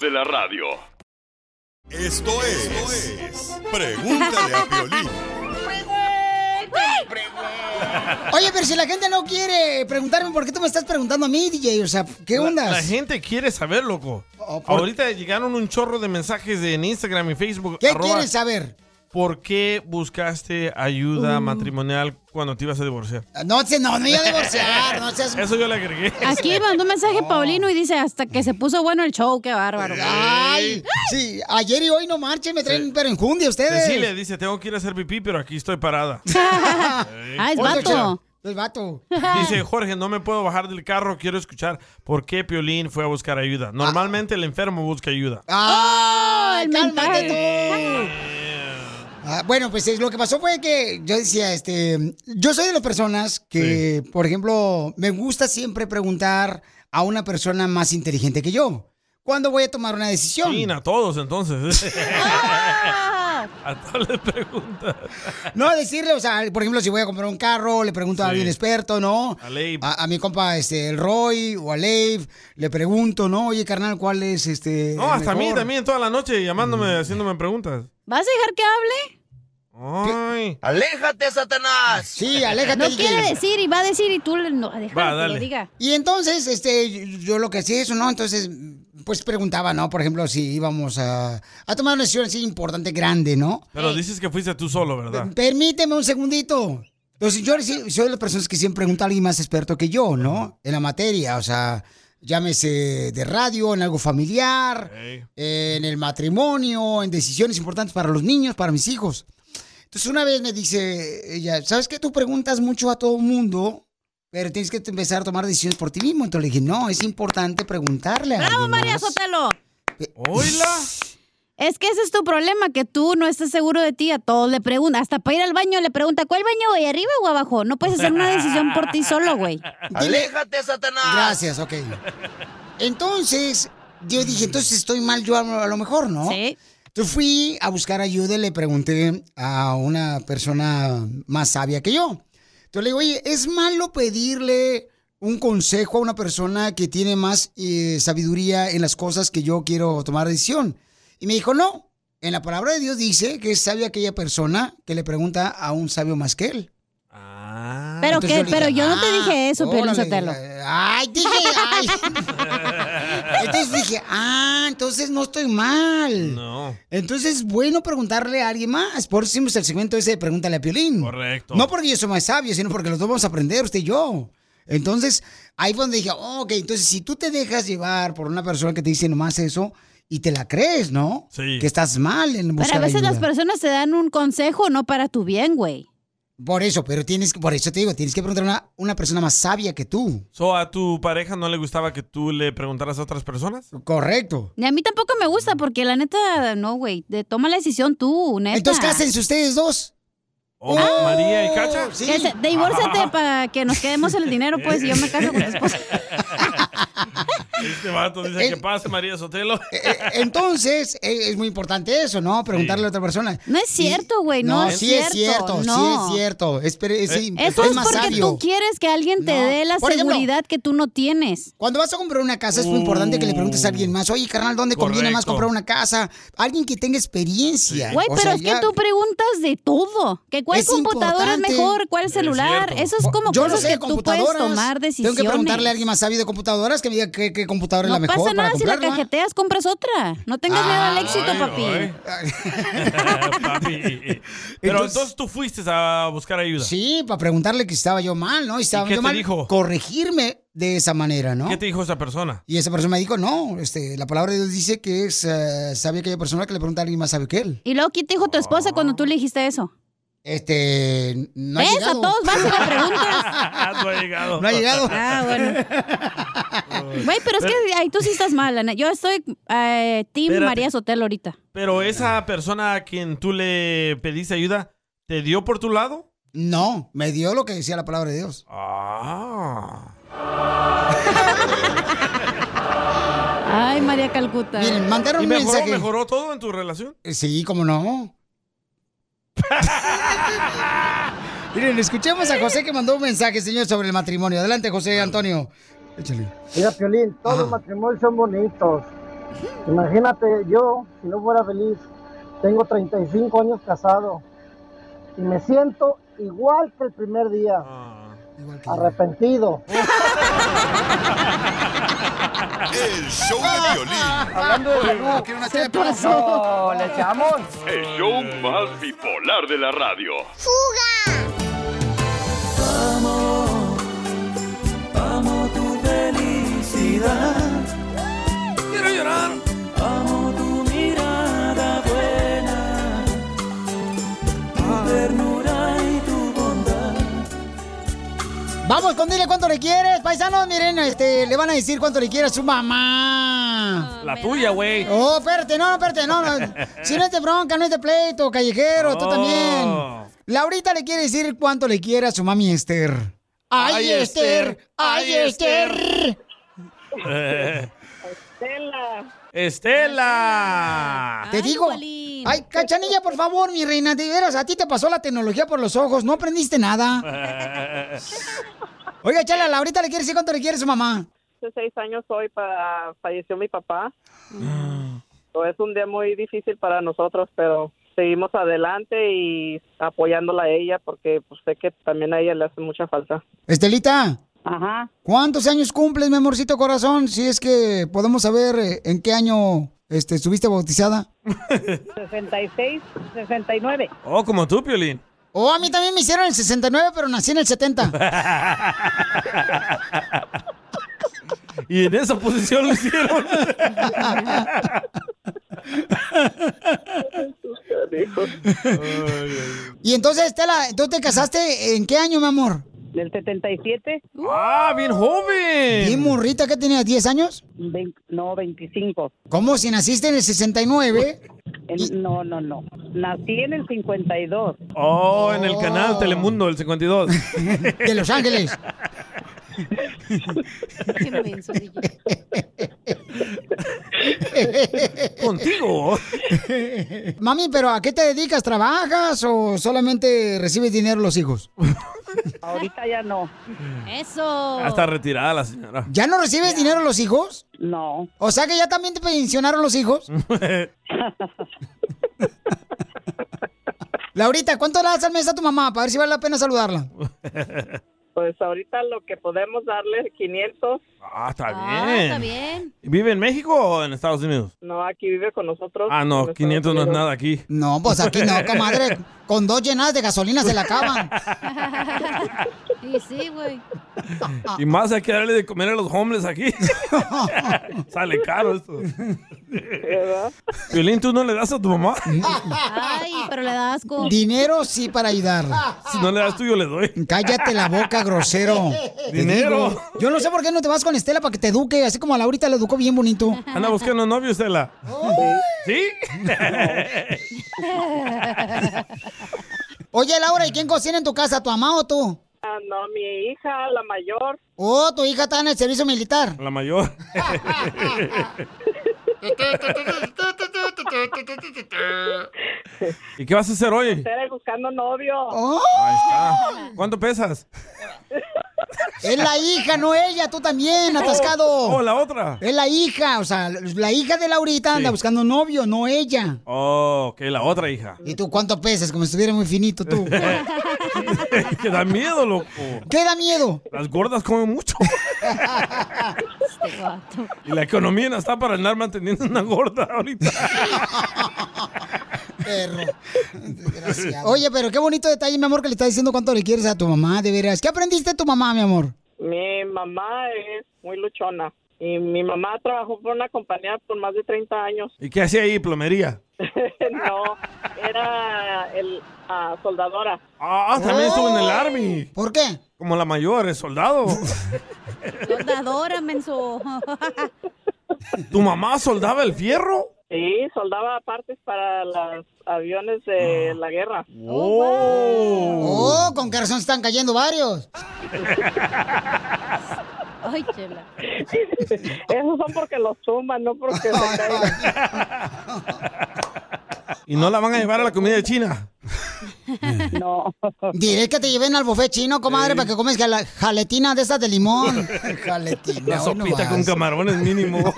S6: de la radio.
S15: Esto es, Pregúntale a Piolín.
S2: Oye, pero si la gente no quiere preguntarme, ¿por qué tú me estás preguntando a mí, DJ? O sea, ¿qué
S3: La-
S2: onda?
S3: La, gente quiere saber, loco.
S2: por-
S3: Ahorita llegaron un chorro de mensajes en Instagram y Facebook.
S2: ¿Qué
S3: arroba,
S2: quieren saber?
S3: ¿Por qué buscaste ayuda
S2: Uh.
S3: matrimonial cuando te ibas a divorciar?
S2: No, se- Ah, no, no iba a divorciar, no seas...
S3: Eso yo le agregué.
S4: Aquí mandó un mensaje Paulino y dice hasta que se puso bueno el show, qué bárbaro.
S2: Ay, sí, ayer y hoy no marchen, me traen pero enjundia ustedes.
S3: Cecilia dice, tengo que ir a hacer pipí, pero aquí estoy parada.
S2: Ah,
S3: es vato.
S2: Es vato.
S3: Dice Jorge, no me puedo bajar del carro, quiero escuchar por qué Piolín fue a buscar ayuda. Normalmente el enfermo busca ayuda.
S2: ¡Ah! el mental. Ah, bueno, pues eh, lo que pasó fue que yo decía, este, yo soy de las personas que, por ejemplo, me gusta siempre preguntar a una persona más inteligente que yo. ¿Cuándo voy a tomar una decisión?
S3: Sí, a todos entonces. a todos les preguntas.
S2: No, decirle, o sea, por ejemplo, si voy a comprar un carro, le pregunto a
S3: Sí.
S2: alguien experto, ¿no?
S3: A Leib.
S2: A, a mi compa, este, el Roy o a Leif, le pregunto, ¿no? Oye, carnal, ¿cuál es este?
S3: No,
S2: el
S3: hasta a mí
S2: mejor?
S3: también, toda la noche llamándome, haciéndome preguntas.
S4: ¿Vas a dejar que hable?
S3: Ay.
S17: ¡Aléjate, Satanás!
S2: Sí, aléjate.
S4: No
S2: DJ.
S4: quiere decir y va a decir y tú le- no, déjalo
S2: Va,
S4: que
S2: dale.
S4: lo diga.
S2: Y entonces, este, yo- yo lo que hacía eso, ¿no? Entonces, pues preguntaba, ¿no? Por ejemplo, si íbamos a, a tomar una decisión así importante, grande, ¿no?
S3: Pero dices que fuiste tú solo, ¿verdad?
S2: Permíteme un segundito. Entonces, yo sí- soy de las personas que siempre pregunta a alguien más experto que yo, ¿no? En la materia, o sea, llámese de radio, en algo familiar, en el matrimonio, en decisiones importantes para los niños, para mis hijos. Entonces, una vez me dice ella, ¿sabes qué? Tú preguntas mucho a todo mundo, pero tienes que empezar a tomar decisiones por ti mismo. Entonces le dije, no, es importante preguntarle a
S4: ¡Bravo,
S2: alguien
S4: María
S2: más".
S4: Sotelo!
S3: ¡Hola!
S4: Es que ese es tu problema, que tú no estás seguro de ti, a todos le preguntas, hasta para ir al baño le pregunta, ¿cuál baño voy, arriba o abajo? No puedes hacer una decisión por ti solo, güey.
S2: ¡Aléjate, Satanás! Gracias, ok. Entonces, yo dije, entonces estoy mal yo a a lo mejor, ¿no? Sí. Entonces fui a buscar ayuda y le pregunté a una persona más sabia que yo. Entonces le digo, oye, ¿es malo pedirle un consejo a una persona que tiene más eh, sabiduría en las cosas que yo quiero tomar decisión? Y me dijo, no. En la palabra de Dios dice que es sabia aquella persona que le pregunta a un sabio más que él.
S4: Pero
S2: Entonces
S4: que,
S2: le dije,
S4: pero yo no te
S2: "Ah,
S4: dije eso, Piolín
S2: órale". eh,
S4: Sotelo.
S2: Ay, dije, ay. Entonces dije, ah, entonces no estoy mal.
S3: No.
S2: Entonces es bueno preguntarle a alguien más. Por eso hicimos el segmento ese de Pregúntale a Piolín.
S3: Correcto.
S2: No porque yo soy más sabio, sino porque los dos vamos a aprender, usted y yo. Entonces, ahí fue donde dije, oh, ok, entonces si tú te dejas llevar por una persona que te dice nomás eso y te la crees, ¿no?
S3: Sí.
S2: Que estás mal en buscar
S4: Pero a veces
S2: ayuda.
S4: las personas te dan un consejo no para tu bien, güey.
S2: Por eso, pero tienes que, por eso te digo, tienes que preguntar a una, una persona más sabia que tú.
S3: So, ¿A tu pareja no le gustaba que tú le preguntaras a otras personas?
S2: Correcto.
S4: Y a mí tampoco me gusta porque la neta, no, güey. de- Toma la decisión tú, neta. Ah.
S2: Entonces, cásense ustedes dos. Oh,
S3: Oh, María y Cacha.
S4: Que se- divórciate para que nos quedemos el dinero, pues, y yo me caso con tu esposa.
S3: Este vato dice que pasa, María Sotelo.
S2: Eh, Entonces, eh, es muy importante eso, ¿no? Preguntarle a otra persona.
S4: No es cierto, güey, no es
S2: sí es
S4: cierto,
S2: cierto,
S4: no.
S2: sí es cierto. Es, pero es- sí,
S4: Eso
S2: es
S4: es
S2: más
S4: porque
S2: sabio.
S4: tú quieres que alguien te
S2: No.
S4: dé la
S2: Por ejemplo,
S4: seguridad que tú no tienes.
S2: Cuando vas a comprar una
S3: Uh.
S2: casa es muy importante que le preguntes a alguien más, oye, carnal, ¿dónde conviene más
S4: Correcto.
S2: comprar una casa? Alguien que tenga experiencia.
S4: Güey,
S2: O
S4: pero
S2: sea,
S4: es
S2: ya-
S4: que tú preguntas de todo. Que cuál
S2: Es
S4: computadora
S2: importante.
S4: es mejor, cuál celular. Eso es como
S2: Yo no
S4: cosas
S2: sé
S4: que
S2: de
S4: tú puedes
S2: computadoras.
S4: tomar decisiones.
S2: Tengo que preguntarle a alguien más sabio de computadoras que me diga qué, qué computadora
S4: No
S2: es la mejor
S4: pasa
S2: para
S4: nada si la
S2: comprarla. Ah.
S4: cajeteas, compras otra. No tengas miedo al éxito,
S3: Ay,
S4: papi.
S3: ay. Papi. Pero
S2: Entonces-
S3: entonces, tú fuiste a buscar ayuda.
S2: Sí, para preguntarle que estaba yo mal, ¿no? Y estaba
S3: qué
S2: yo
S3: te
S2: mal.
S3: dijo?
S2: Corregirme de esa manera, ¿no?
S3: ¿Qué te dijo esa persona?
S2: Y esa persona me dijo, no, este, la palabra de Dios dice que es eh, sabio aquella persona que le pregunta a alguien más sabio que él.
S4: Y luego, ¿qué te dijo tu esposa cuando tú le dijiste eso?
S2: Este, no ha
S4: ¿Ves?
S2: llegado.
S4: A todos vas y le preguntas.
S3: no ha llegado.
S2: No ha llegado.
S4: Ah, bueno. Güey, pero es que ahí tú sí estás mal, la neta. Yo estoy eh, Team
S3: Espérate.
S4: María Sotelo ahorita.
S3: Pero
S2: Ah.
S3: esa persona a quien tú le pediste ayuda, ¿te dio por tu lado?
S2: No, me dio lo que decía la palabra de Dios.
S3: Ah.
S4: Ay, María Calcuta.
S2: Miren, mandaron
S3: ¿Y
S2: un
S3: mejoró,
S2: mensaje.
S3: mejoró todo en tu relación?
S2: Eh, Sí, cómo no. Miren, escuchemos a José que mandó un mensaje, señor, sobre el matrimonio. Adelante, José Antonio. Échale.
S8: Mira, Piolín, todos los matrimonios son bonitos. Imagínate yo, si no fuera feliz, tengo 35 años casado y me siento igual que el primer día, arrepentido.
S15: El show de violín.
S8: Hablando de salud,
S15: ¿quiere
S8: una
S15: Se
S8: chepa?
S15: pasó.
S8: No, ¿Le echamos?
S6: El show más bipolar de la radio.
S1: Amo, amo tu felicidad. Quiero llorar. Amo tu mirada buena, tu ternura y tu bondad.
S2: Vamos con dile cuánto le quieres, paisanos. Miren, este, le van a decir cuánto le quiere a su mamá.
S3: La tuya, güey.
S2: Oh, espérate, no, espérate, no, no. Si no es de bronca, no es de pleito, callejero, tú
S3: Oh.
S2: también. Laurita le quiere decir cuánto le quiere a su mami Esther. ¡Ay,
S1: Ay,
S2: Esther!
S1: Esther.
S2: ¡Ay,
S1: Ay,
S2: Esther!
S3: Eh, Estela.
S2: Te digo. Ay, cachanilla, por favor, mi reina, de veras, a ti te pasó la tecnología por los ojos, no aprendiste nada. Oiga, chala, Laurita le quiere decir cuánto le quiere a su mamá.
S23: hace seis años hoy para, falleció mi papá. So, es un día muy difícil para nosotros, pero seguimos adelante y apoyándola a ella porque pues, sé que también a ella le hace mucha falta.
S2: Estelita.
S23: Ajá.
S2: ¿Cuántos años cumples, mi amorcito corazón? Si es que podemos saber eh, en qué año este, estuviste bautizada.
S23: 66, 69.
S3: Oh, como tú, Piolín.
S2: Oh, a mí también me hicieron el 69, pero nací en el 70.
S3: y en esa posición lo hicieron.
S2: y entonces, Estela, ¿tú te casaste en qué año, mi amor?
S23: Del 77.
S3: ¡Ah, bien joven!
S2: ¿Y morrita que tenías? ¿10 años?
S23: no, 25.
S2: ¿Cómo? Si naciste en el 69.
S23: no, no, no. Nací en el 52.
S3: Oh, en el canal Telemundo, el 52.
S2: De Los Ángeles.
S3: Contigo.
S2: Mami, ¿pero a qué te dedicas? ¿Trabajas o solamente recibes dinero los hijos?
S23: Ahorita ya no.
S4: Eso.
S3: Ya está retirada la señora.
S2: ¿Ya no recibes dinero los hijos?
S23: No.
S2: O sea que ya también te pensionaron los hijos. Laurita, ¿cuánto le das al mes a tu mamá? Para ver si vale la pena saludarla.
S23: Pues ahorita lo que podemos darle 500.
S3: Ah, está
S23: Ah,
S3: bien.
S23: está bien.
S3: Y ¿Vive en México o en Estados Unidos?
S23: No, aquí vive con nosotros.
S3: Ah,
S23: En
S3: no,
S23: Estados
S3: 500 no es
S23: Unidos.
S3: nada aquí.
S2: No, pues aquí no, comadre. Con dos llenadas de gasolina se la acaban.
S4: Y sí, güey.
S3: Y más hay que darle de comer a los hombres aquí. Sale caro esto. Violín, ¿tú no le das a tu mamá?
S4: Ay, pero le da asco.
S2: Dinero sí para ayudar.
S3: Si no le das tú, yo le doy.
S2: Cállate la boca, grosero. Te
S3: Dinero.
S2: digo, Yo no sé por qué no te vas con Estela para que te eduque, así como a Laurita le educó bien bonito.
S3: Anda buscando novio, Estela. ¿Sí?
S2: Oye, Laura, ¿y quién cocina en tu casa, tu mamá o tú?
S23: Ah, no, mi hija, la mayor.
S2: Oh, tu hija está en el servicio militar.
S3: La mayor. ¿Y qué vas a hacer hoy?
S23: Estoy buscando novio.
S3: Ahí está. ¿Cuánto pesas?
S2: Es la hija, no ella, tú también, atascado.
S3: Oh, oh, la otra.
S2: Es la hija, o sea, la hija de Laurita anda
S3: Sí.
S2: buscando novio, no ella.
S3: Oh, ok, la otra hija.
S2: ¿Y tú cuánto pesas? Como si estuviera muy finito tú.
S3: que da miedo, loco.
S2: ¿Qué da miedo?
S3: Las gordas comen mucho. Y la economía no está para andar manteniendo una gorda ahorita.
S2: Oye, pero qué bonito detalle, mi amor, que le estás diciendo cuánto le quieres a tu mamá, de veras. ¿Qué aprendiste de tu mamá, mi amor?
S23: Mi mamá es muy luchona. Y mi mamá trabajó por una compañía por más de 30 años.
S3: ¿Y qué hacía ahí? ¿Plomería?
S23: no, era el, ah, soldadora.
S3: Ah, también estuvo en el Army.
S2: ¿Por qué?
S3: Como la mayor, es soldado.
S4: Soldadora, menso.
S3: ¿Tu mamá soldaba el fierro?
S23: Sí, soldaba partes para los aviones
S3: Ah.
S23: de la guerra.
S2: Oh, con qué razón están cayendo varios.
S4: Ay, chela.
S23: Esos son porque los suman, no porque se caigan.
S3: ¿Y no la van a llevar a la comida de China?
S23: No.
S2: Diré que te lleven al buffet chino, comadre, para que comes jala- jaletina de esas de limón. Jaletina.
S3: La
S2: hoy no
S3: sopita
S2: vas.
S3: con camarones mínimo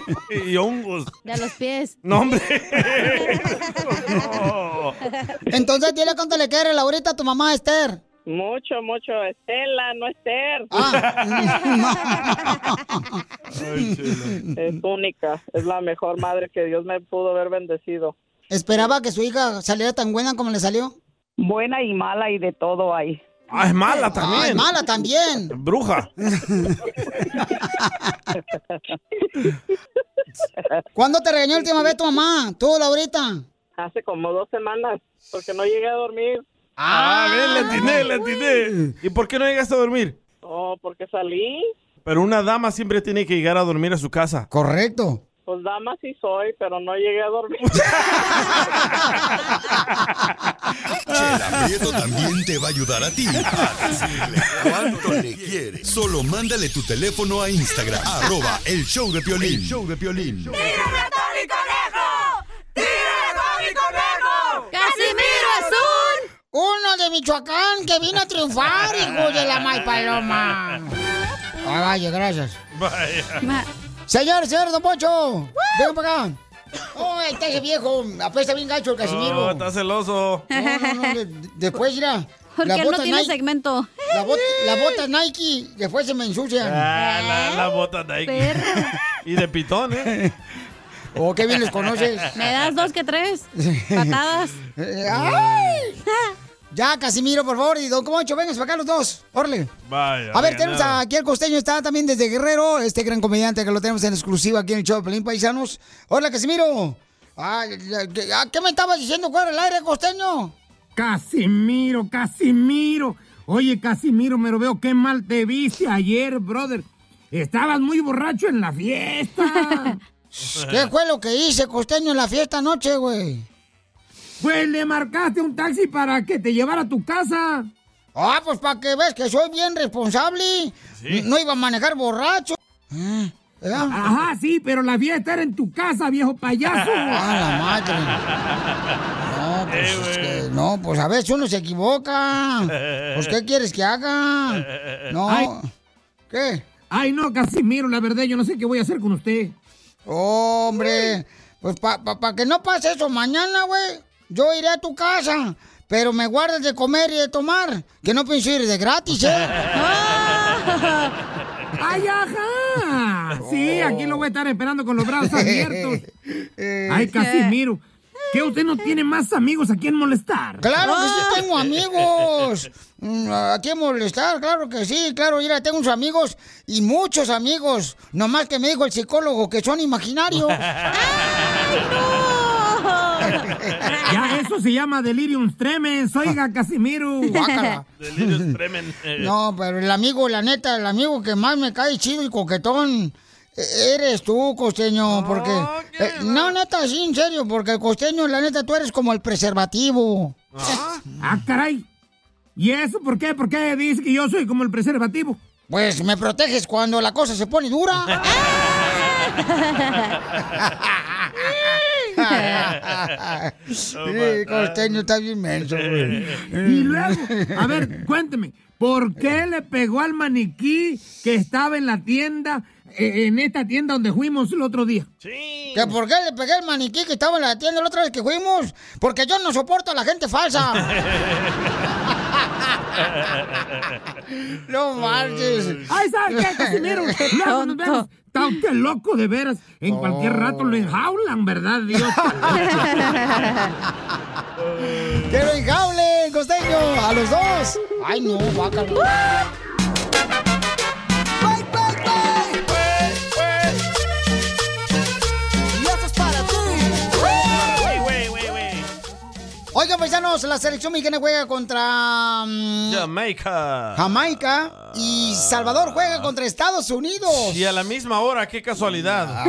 S3: y hongos.
S4: De a los pies.
S3: No, hombre.
S2: Entonces dile cuánto le quieres, Laurita, a tu mamá, Esther.
S23: Mucho, mucho. Estela, no Esther.
S3: Ah.
S23: es única. Es la mejor madre que Dios me pudo haber bendecido.
S2: ¿Esperaba que su hija saliera tan buena como le salió?
S23: Buena y mala y de todo hay.
S3: Ah, es mala también.
S2: Ay, mala también.
S3: Bruja.
S2: ¿Cuándo te regañó la última vez tu mamá? Tú, Laurita.
S23: Hace como dos semanas, porque no llegué a dormir.
S3: Ah, ves, le atiné, le atiné. ¿Y por qué no llegaste a dormir?
S23: Oh, porque salí.
S3: Pero una dama siempre tiene que llegar a dormir a su casa.
S2: Correcto.
S23: Pues dama sí soy, pero no llegué a dormir.
S15: Chela Prieto también te va a ayudar a ti a decirle cuánto le quieres. Solo mándale tu teléfono a Instagram, arroba el show de Piolín. El show de Piolín.
S2: ¡Casimiro Azul! Uno de Michoacán que vino a triunfar, hijo de la May Paloma. Ah, vaya, gracias.
S1: Vaya.
S2: Señor, señor, don Pocho. Venga para acá. Oh, está ese viejo. Apesta bien gacho el Casimiro.
S3: Oh, está celoso.
S2: No, no, no, de- de- después irá.
S4: ¿Por qué no tiene
S2: segmento? La, bot- la bota Nike, después se me ensucian.
S3: Ah,
S2: ¿Eh?
S3: la, la bota de ahí. Y de pitón, ¿eh?
S2: Oh, qué bien los conoces.
S4: ¿Me das dos que tres? Patadas.
S2: Eh, ¡Ay! Ya, Casimiro, por favor, y don Comancho, vengan para acá los dos. Orle.
S3: Vaya.
S2: A ver,
S3: regañado.
S2: tenemos a- aquí el costeño, está también desde Guerrero, este gran comediante que lo tenemos en exclusiva aquí en el show de Pelín Paisanos. Hola, Casimiro. Ah, ya- ya- ah, ¿Qué me estabas diciendo, cuál el aire, costeño?
S12: Casimiro, Casimiro. Oye, Casimiro, me lo veo qué mal te viste ayer, brother. Estabas muy borracho en la fiesta.
S2: ¿Qué fue lo que hice, costeño, en la fiesta anoche, güey?
S12: Pues le marcaste un taxi para que te llevara a tu casa.
S2: Ah, pues para que ves que soy bien responsable. No iba a manejar borracho. Ah,
S12: Ajá, sí, pero la fiesta era en tu casa, viejo payaso.
S2: Ah, No, pues, es que- no, pues a veces uno se equivoca. Pues, ¿qué quieres que haga? Ah, No.
S12: Ay.
S2: ¿Qué?
S12: Ay, no, Casimiro, la verdad, yo no sé qué voy a hacer con usted.
S2: Hombre, pues para que no pase eso mañana, güey, yo iré a tu casa, pero me guardas de comer y de tomar, que no pienso ir de gratis, ¿eh?
S12: ¡Ay, ajá! Sí, aquí lo voy a estar esperando con los brazos abiertos. Ay, Casimiro. Eh, ¿Qué usted no tiene más amigos a quien molestar?
S2: Claro que sí tengo amigos. Mm, ¿A quién molestar? Claro que sí, claro. Mira, tengo unos amigos y muchos amigos. Nomás que me dijo el psicólogo que son imaginarios.
S12: Ah. Ya eso se llama delirium tremens, oiga Casimiro.
S2: Guácala.
S3: Delirios tremen. eh.
S2: No, pero el amigo, la neta, el amigo que más me cae chido y coquetón. e- Eres tú,
S12: Oh,
S2: costeño, porque... eh, no, neta, sí, en serio, porque costeño, la neta, tú eres como el preservativo.
S12: Ah, caray. ¿Y eso por qué? ¿Por qué dice que yo soy como el preservativo?
S2: Pues me proteges cuando la cosa se pone dura. Sí, costeño está bien menso, güey.
S12: Y luego, a ver, cuénteme, ¿por qué le pegó al maniquí que estaba en la tienda, eh, en esta tienda donde fuimos el otro día?
S2: ¿Que por qué le pegué al maniquí que estaba en la tienda la otra vez que fuimos? Porque yo no soporto a la gente falsa. No marches.
S12: Ay, ¿sabes qué, Casimiro? Luego nos vemos. pues, Está usted loco, de veras. En cualquier
S2: Oh.
S12: rato lo enjaulan, ¿verdad, Dios?
S2: ¡Que lo enjaulen, costeño! ¡A los dos! ¡Ay, no, vaca!
S1: Y esto es para ti.
S2: Oigan, paisanos, la selección mexicana juega contra mm,
S3: Jamaica.
S2: Jamaica y Salvador juega contra Estados Unidos.
S3: Y a la misma hora, qué casualidad.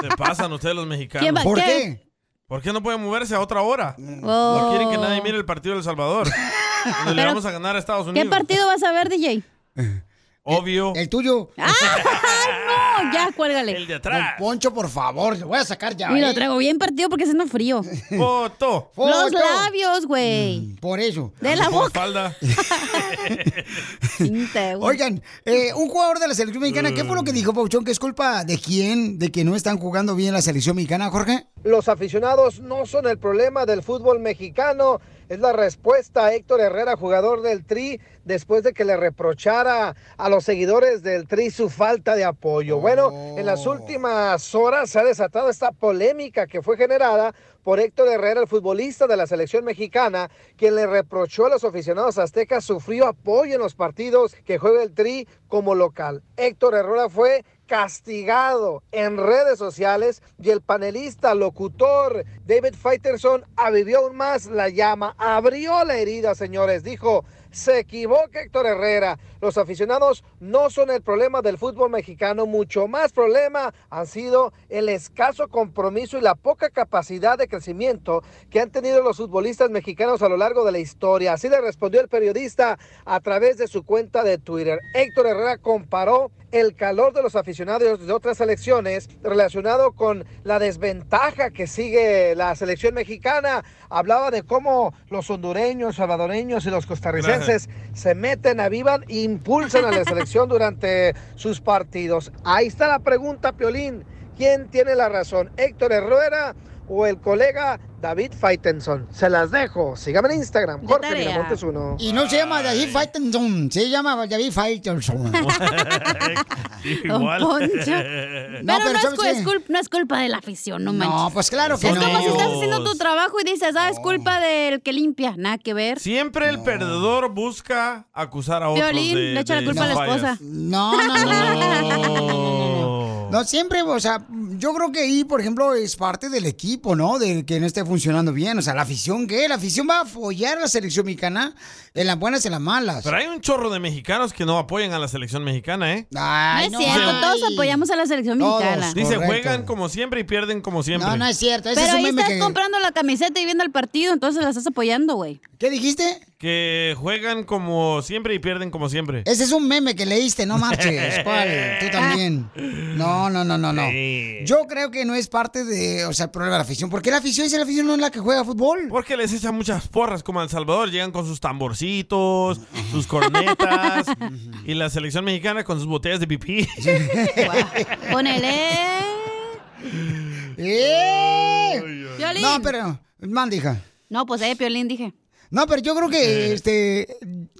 S3: Se pasan ustedes los mexicanos.
S2: ¿Qué va- ¿Por qué? qué?
S3: ¿Por qué no pueden moverse a otra hora?
S4: Oh.
S3: No quieren que nadie mire el partido del Salvador. Donde le
S4: Pero,
S3: vamos a ganar a Estados
S4: ¿Qué
S3: Unidos.
S4: partido vas a ver, DJ?
S3: Obvio.
S2: El tuyo.
S4: No, ya, cuélgale.
S3: El de
S2: Don Poncho, por favor, lo voy a sacar ya.
S4: Y lo
S2: ¿eh?
S4: traigo bien partido porque haciendo frío.
S3: Foto.
S4: Los
S2: Foto.
S4: labios, güey.
S2: Mm, Por eso.
S4: De la boca.
S3: Falda.
S2: Oigan, eh, un jugador de la selección mexicana, ¿qué fue lo que dijo Pauchón? ¿Que es culpa de quién? ¿De que no están jugando bien la selección mexicana, Jorge?
S5: Los aficionados no son el problema del fútbol mexicano. Es la respuesta a Héctor Herrera, jugador del Tri, después de que le reprochara a los seguidores del Tri su falta de apoyo. Bueno, en las últimas horas se ha desatado esta polémica que fue generada por Héctor Herrera, el futbolista de la selección mexicana, quien le reprochó a los aficionados aztecas su frío apoyo en los partidos que juega el Tri como local. Héctor Herrera fue castigado en redes sociales y el panelista, locutor David Faitelson avivió aún más la llama, abrió la herida, señores, dijo, se equivoca Héctor Herrera, los aficionados no son el problema del fútbol mexicano, mucho más problema han sido el escaso compromiso y la poca capacidad de crecimiento que han tenido los futbolistas mexicanos a lo largo de la historia. Así le respondió el periodista a través de su cuenta de Twitter. Héctor Herrera comparó el calor de los aficionados de otras selecciones relacionado con la desventaja que sigue la selección mexicana. Hablaba de cómo los hondureños, salvadoreños y los costarricenses se meten, avivan e impulsan a la selección durante sus partidos. Ahí está la pregunta, Piolín. ¿Quién tiene la razón? ¿Héctor Herrera o el colega David Faitenson? Se las dejo. Síganme en Instagram, Jorge
S2: tarea.
S5: Miramontes uno.
S2: Y no se llama David Faitelson, se llama David Faitelson.
S4: Don Poncho.
S2: No,
S4: Pero, no,
S2: pero
S4: es,
S2: ¿sabes
S4: cu-
S2: qué?
S4: es culp- no es culpa de la afición, no
S2: No,
S4: manches.
S2: pues claro que
S4: es
S2: no.
S4: como si estás haciendo tu trabajo y dices, ah, es culpa del que limpia. Nada que ver.
S3: Siempre el perdedor busca acusar a otros.
S4: Violín,
S3: de-
S4: le echa la
S3: de
S4: culpa a la
S3: sus fallas.
S4: esposa.
S2: No, no, no, no, no, no, no, no, no, no. No, siempre, o sea, yo creo que ahí, por ejemplo, es parte del equipo, ¿no? Del que no esté funcionando bien. O sea, la afición, ¿qué? La afición va a apoyar a la selección mexicana en las buenas y en las malas.
S3: Pero hay un chorro de mexicanos que no apoyan a la selección mexicana, ¿eh?
S4: No es cierto, todos apoyamos a la selección mexicana.
S3: Dice, juegan como siempre y pierden como siempre.
S2: cierto.
S3: ese
S4: Pero
S3: es un
S4: ahí
S3: meme
S4: estás
S3: que-
S4: comprando la camiseta y viendo el partido, entonces la estás apoyando, güey.
S2: ¿Qué dijiste?
S3: Que juegan como siempre y pierden como siempre.
S2: Ese es un meme que leíste, no marches. ¿Cuál? Tú también. No, no, no, no, no. Yo creo que no es parte de, o sea, el problema de la afición. Porque la afición es la afición, no es la que juega fútbol.
S3: Porque les echan muchas porras como a El Salvador, llegan con sus tamborcitos, sus cornetas y la selección mexicana con sus botellas de pipí.
S4: Ponele.
S2: ¡Eh!
S4: Piolín.
S2: No, pero, mandija.
S4: No, pues eh, Piolín, dije.
S2: No, pero yo creo que este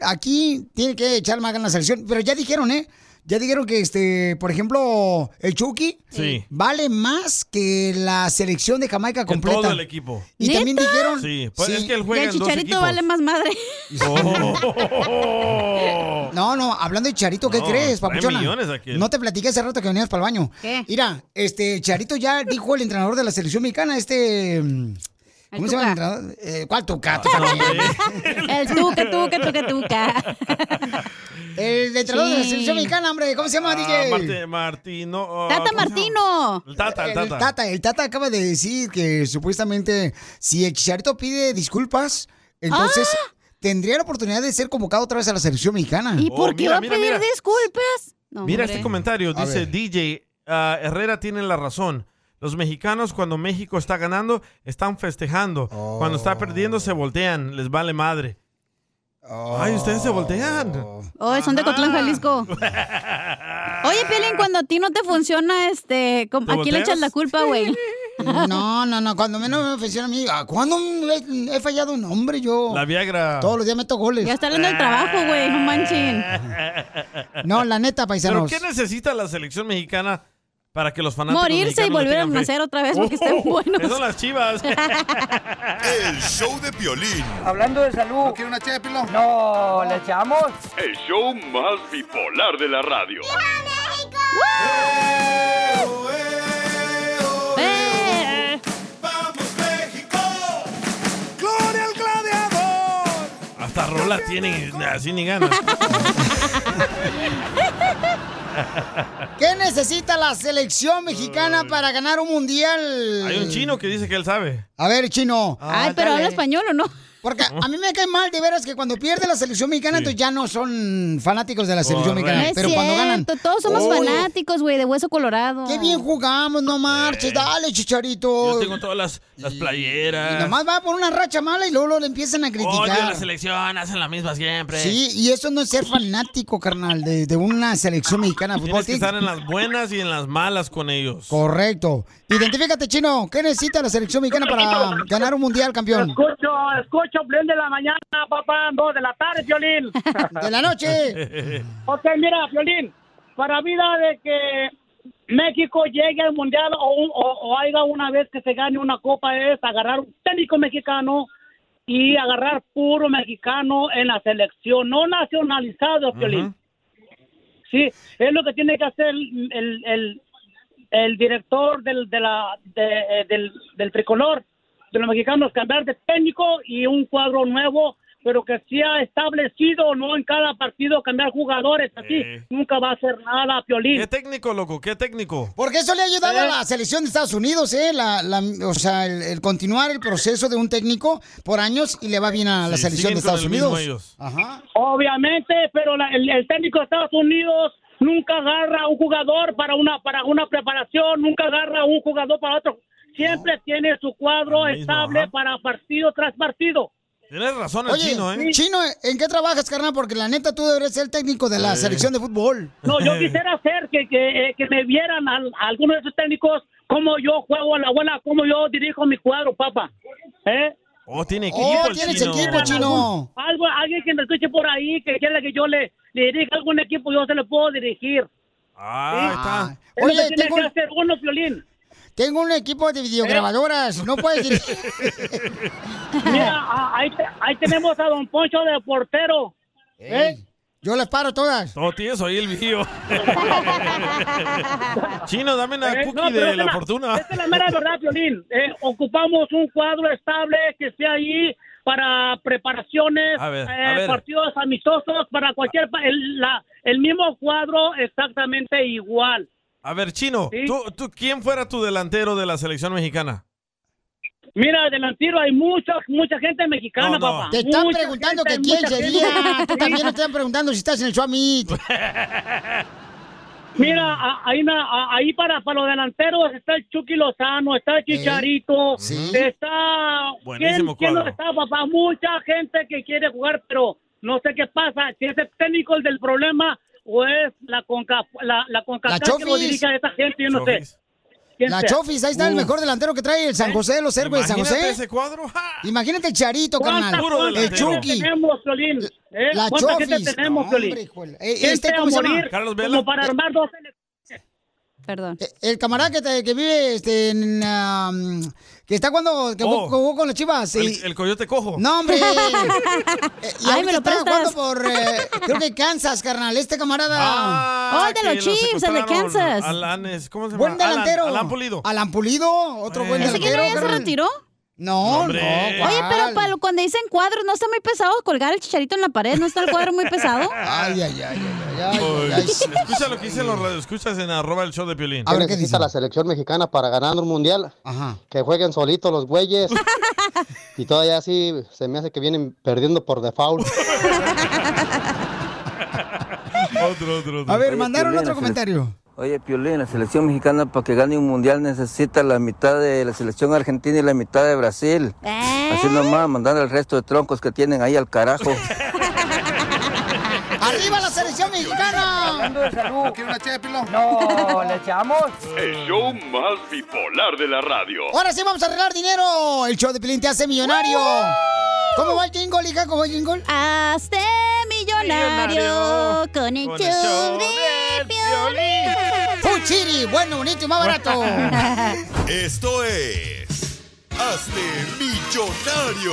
S2: aquí tiene que echar más ganas la selección. Pero ya dijeron, ¿eh? Ya dijeron que, este, por ejemplo, el Chucky
S3: Sí.
S2: vale más que la selección de Jamaica
S3: Con
S2: completa.
S3: todo el equipo.
S2: Y también dijeron.
S3: Sí, pues es que él
S4: Y
S3: juega
S4: el
S3: en dos
S4: chicharito
S3: equipos. Oh.
S4: vale más madre.
S2: No, no, hablando de Charito, ¿qué
S3: No,
S2: crees,
S3: trae
S2: papuchona?
S3: millones aquel.
S2: No te platiqué hace rato que venías para el baño. Mira, este, Charito ya dijo el entrenador de la selección mexicana, este. mm, ¿Cómo se llama el entrenador? Eh, ¿Cuál tuca? Tú también.
S4: El tuca, tuca, tuca, tuca.
S2: El entrenador de la
S4: Sí.
S2: selección mexicana, hombre, ¿cómo se llama,
S3: Ah,
S2: DJ?
S3: Marte- Martino. ah,
S4: Tata
S3: ¿cómo se
S4: Martino.
S3: El Tata, el
S2: El
S3: Tata.
S2: Tata, el Tata acaba de decir que supuestamente si el Chicharito pide disculpas, entonces tendría la oportunidad de ser convocado otra vez a la selección mexicana.
S4: ¡Ah! ¿Y
S3: Oh,
S4: por qué
S3: mira,
S4: va a
S3: mira,
S4: pedir
S3: mira.
S4: disculpas? No,
S3: Mira
S4: hombre.
S3: este comentario,
S2: A
S3: dice
S2: ver.
S3: DJ, ah, Herrera tiene la razón. Los mexicanos cuando México está ganando están festejando. Cuando está perdiendo
S2: Oh.
S3: se voltean, les vale madre. Ay, ustedes se voltean.
S4: Oh, son de Cotlán, Jalisco. Oye, Pielín, cuando a ti no te funciona, este, com-
S2: ¿Te
S4: ¿a quién le
S2: volteas?
S4: echas la culpa, güey?
S2: No, no, no, cuando menos me ofensión a mí, ¿a ¿cuándo he, he fallado un hombre yo?
S3: La Viagra.
S2: Todos los días meto goles.
S4: Ya está hablando del trabajo, güey, no manchen.
S2: No, la neta,
S3: ¿Pero
S2: paisanos.
S3: qué necesita la selección mexicana para que los fanáticos
S4: Morirse y
S3: mexicanos le
S4: volver a
S3: tengan fe?
S4: nacer otra vez porque estén buenos.
S3: que Son las chivas.
S15: El show de Piolín.
S17: Hablando de salud. ¿No quiere una ché de pilón? No, ¿le echamos?
S6: El show más bipolar de la radio.
S11: ¡Gloria al gladiador!
S3: Hasta rolas tienen así ni ganas.
S2: ¿Qué necesita la selección mexicana para ganar un mundial?
S3: Hay un chino que dice que él sabe.
S2: A ver, chino.
S3: Ah, Ay, pero dale. ¿habla
S2: español o no? Porque a mí me cae mal, de veras, que cuando pierde la selección mexicana,
S3: Sí.
S2: entonces ya no son fanáticos de la selección
S3: Correcto.
S2: mexicana.
S4: No es
S2: pero cuando ganan.
S4: cierto, todos somos
S2: Oye,
S4: fanáticos, güey, de hueso colorado.
S2: Qué bien jugamos, no marches. Dale,
S3: Yo
S2: chicharito.
S3: tengo todas las, las playeras.
S2: Nomás va por una racha mala y luego, luego le empiezan a
S3: Odio la
S2: criticar.
S3: selección, hacen la misma siempre.
S2: Sí, y eso no es ser fanático, carnal, de, de una selección mexicana de fútbol.
S3: Tienes que estar en las buenas y en las malas con ellos.
S2: Correcto. Identifícate, chino. ¿Qué necesita la selección mexicana para ganar un mundial, campeón?
S7: Escucho, escucho, Blend de la mañana, papá, dos de la tarde, Violín.
S2: De la noche.
S7: Ok, mira, Violín, para vida de que México llegue al Mundial o, un- o, o haya una vez que se gane una copa es agarrar un técnico mexicano y agarrar puro mexicano en la selección, no nacionalizado, Violín. Sí, es lo que tiene que hacer el, el, el- el director del, de la, de- eh, del, del tricolor de los mexicanos, cambiar de técnico y un cuadro nuevo, pero que sea establecido, no en cada partido cambiar jugadores, así nunca va a hacer nada, Piolín.
S3: ¿Qué técnico, loco? ¿Qué técnico?
S2: Porque eso le ha ayudado a
S7: Eh.
S2: la selección de Estados Unidos, ¿eh? La, la- o sea, el, el continuar el proceso de un técnico por años y le va bien a la
S7: Sí,
S2: selección
S7: siguen
S2: de
S7: con
S2: Estados
S7: el mismo ellos.
S2: Unidos. Ajá.
S7: Obviamente, pero la- el, el técnico de Estados Unidos nunca agarra a un jugador para una para una preparación, nunca agarra a un jugador para otro. Siempre tiene su cuadro estable para partido tras partido.
S3: Tienes razón el
S2: Oye,
S3: chino, ¿eh?
S2: Chino, ¿en qué trabajas, carnal? Porque la neta tú deberías ser el técnico de la
S3: Eh.
S2: selección de fútbol.
S7: No, yo quisiera hacer que, que, eh, que me vieran al- algunos de esos técnicos cómo yo juego a la bola, cómo yo dirijo mi cuadro, papá. ¿Eh?
S3: Oh, tiene equipo
S7: Oh,
S3: el
S7: tienes
S3: chino.
S7: equipo, chino. Algo, alguien que me escuche por ahí, que quiera que yo le, le dirija algún equipo, yo se lo puedo dirigir.
S3: Ah,
S7: ¿sí?
S2: ahí está.
S7: Eso
S2: Oye,
S7: tiene
S2: tengo-
S7: que hacer uno, Piolín. ¿Eh?
S2: Tengo un equipo de videograbadoras, no puedes ir.
S7: Mira, ah, ahí, te- ahí tenemos a Don Poncho de portero.
S2: ¿eh? Yo les paro todas.
S3: Todo tieso Oh, ahí el video. chino, dame una
S7: Eh,
S3: cookie
S7: no, pero
S3: de
S7: es
S3: la,
S7: la-
S3: fortuna.
S7: Esa es la mera verdad, Violín. Eh, ocupamos un cuadro estable que esté ahí para preparaciones,
S3: A ver,
S7: eh,
S3: a ver.
S7: partidos amistosos, para cualquier... pa- El, la- el mismo cuadro exactamente igual.
S3: A ver, chino, ¿tú, tú, quién fuera tu delantero de la selección mexicana?
S7: Mira, delantero hay mucha, mucha gente mexicana,
S3: No, no.
S7: papá.
S2: Te están
S7: Mucha
S2: preguntando
S7: gente,
S2: que quién
S7: mucha
S2: sería.
S7: gente.
S2: Tú también te están preguntando si estás en el Suamit.
S7: Mira, a- ahí, na- a- ahí para, para los delanteros está el Chucky Lozano, está el Chicharito, está...
S3: Buenísimo
S7: ¿quién, quién no
S3: cuadro.
S7: está, papá? Mucha gente que quiere jugar, pero no sé qué pasa. Si es el técnico el del problema o es la conca, la, la CONCACAF que lo
S3: Chofis.
S7: dirige a esa gente, yo no sé.
S3: Chofis.
S7: ¿Quién
S2: La
S7: sea?
S2: Chofis, ahí está el
S7: Uh.
S2: mejor delantero que trae el San José de los Héroes de San
S7: Imagínate
S2: José.
S7: ese
S3: cuadro?
S2: Imagínate el Charito,
S7: ¿Cuánta-
S2: carnal.
S7: cuánta
S2: El
S7: gente
S2: Chucky.
S7: tenemos, Piolín? ¿Eh?
S2: La
S7: ¿Cuánta gente
S2: Chofis.
S7: tenemos,
S2: No,
S7: Piolín?
S2: hombre, hijo de la- Eh,
S7: Gente
S2: este,
S7: a
S2: ¿cómo se llama?
S7: morir,
S2: Carlos Vela.
S7: como para armar dos
S4: Perdón.
S2: Eh, El camarada que, te- que vive este, en, ah, que está cuando que jugó-
S3: Oh.
S2: jugó con los Chivas. y-
S3: El, el coyote cojo.
S2: Ah, No, hombre. Eh, y
S3: Ay,
S2: Ay,
S3: me
S2: me
S3: lo prestas.
S2: jugando por, eh, creo que Kansas, carnal. Este
S4: Oh,
S2: camarada.
S3: Ah, que lo secuestraron. Alan es- ¿cómo se llama?
S2: Buen delantero.
S3: Alan, Alan Pulido.
S2: Alan Pulido, otro buen
S4: ¿Ese que
S2: delantero.
S4: no ya se
S2: carnal.
S4: retiró?
S2: No, no.
S3: hombre.
S4: Oye, pero
S2: ¿cuál?
S4: Pablo, cuando dicen cuadros, ¿no está muy pesado colgar el chicharito en la pared? ¿No está el cuadro muy pesado?
S2: Ay, ay, ay, ay, ay,
S3: Ay,
S2: ay, ay.
S3: Escucha lo que dicen los radioescuchas en arroba el show de Piolín.
S24: ¿Qué necesita la selección mexicana para ganar un mundial? Que jueguen solitos los güeyes. y todavía así se me hace que vienen perdiendo por default.
S3: otro, otro,
S2: A ver, mandaron otro comentario.
S13: Oye, Piolín, la selección mexicana para que gane un mundial necesita la mitad de la selección argentina y la mitad de Brasil. Así nomás, mandar el resto de troncos que tienen ahí al carajo.
S2: ¡Arriba la selección mexicana!
S17: No, ¿le echamos?
S6: El show más bipolar de la radio.
S2: Ahora sí vamos a arreglar dinero. El show de Pilín te hace millonario. ¿Cómo va el jingle, hija? ¿Cómo va el jingle?
S4: Hazte millonario con el show de Piolín.
S2: ¡Puchiri! Bueno, bonito y más barato.
S15: Esto es. Hazte millonario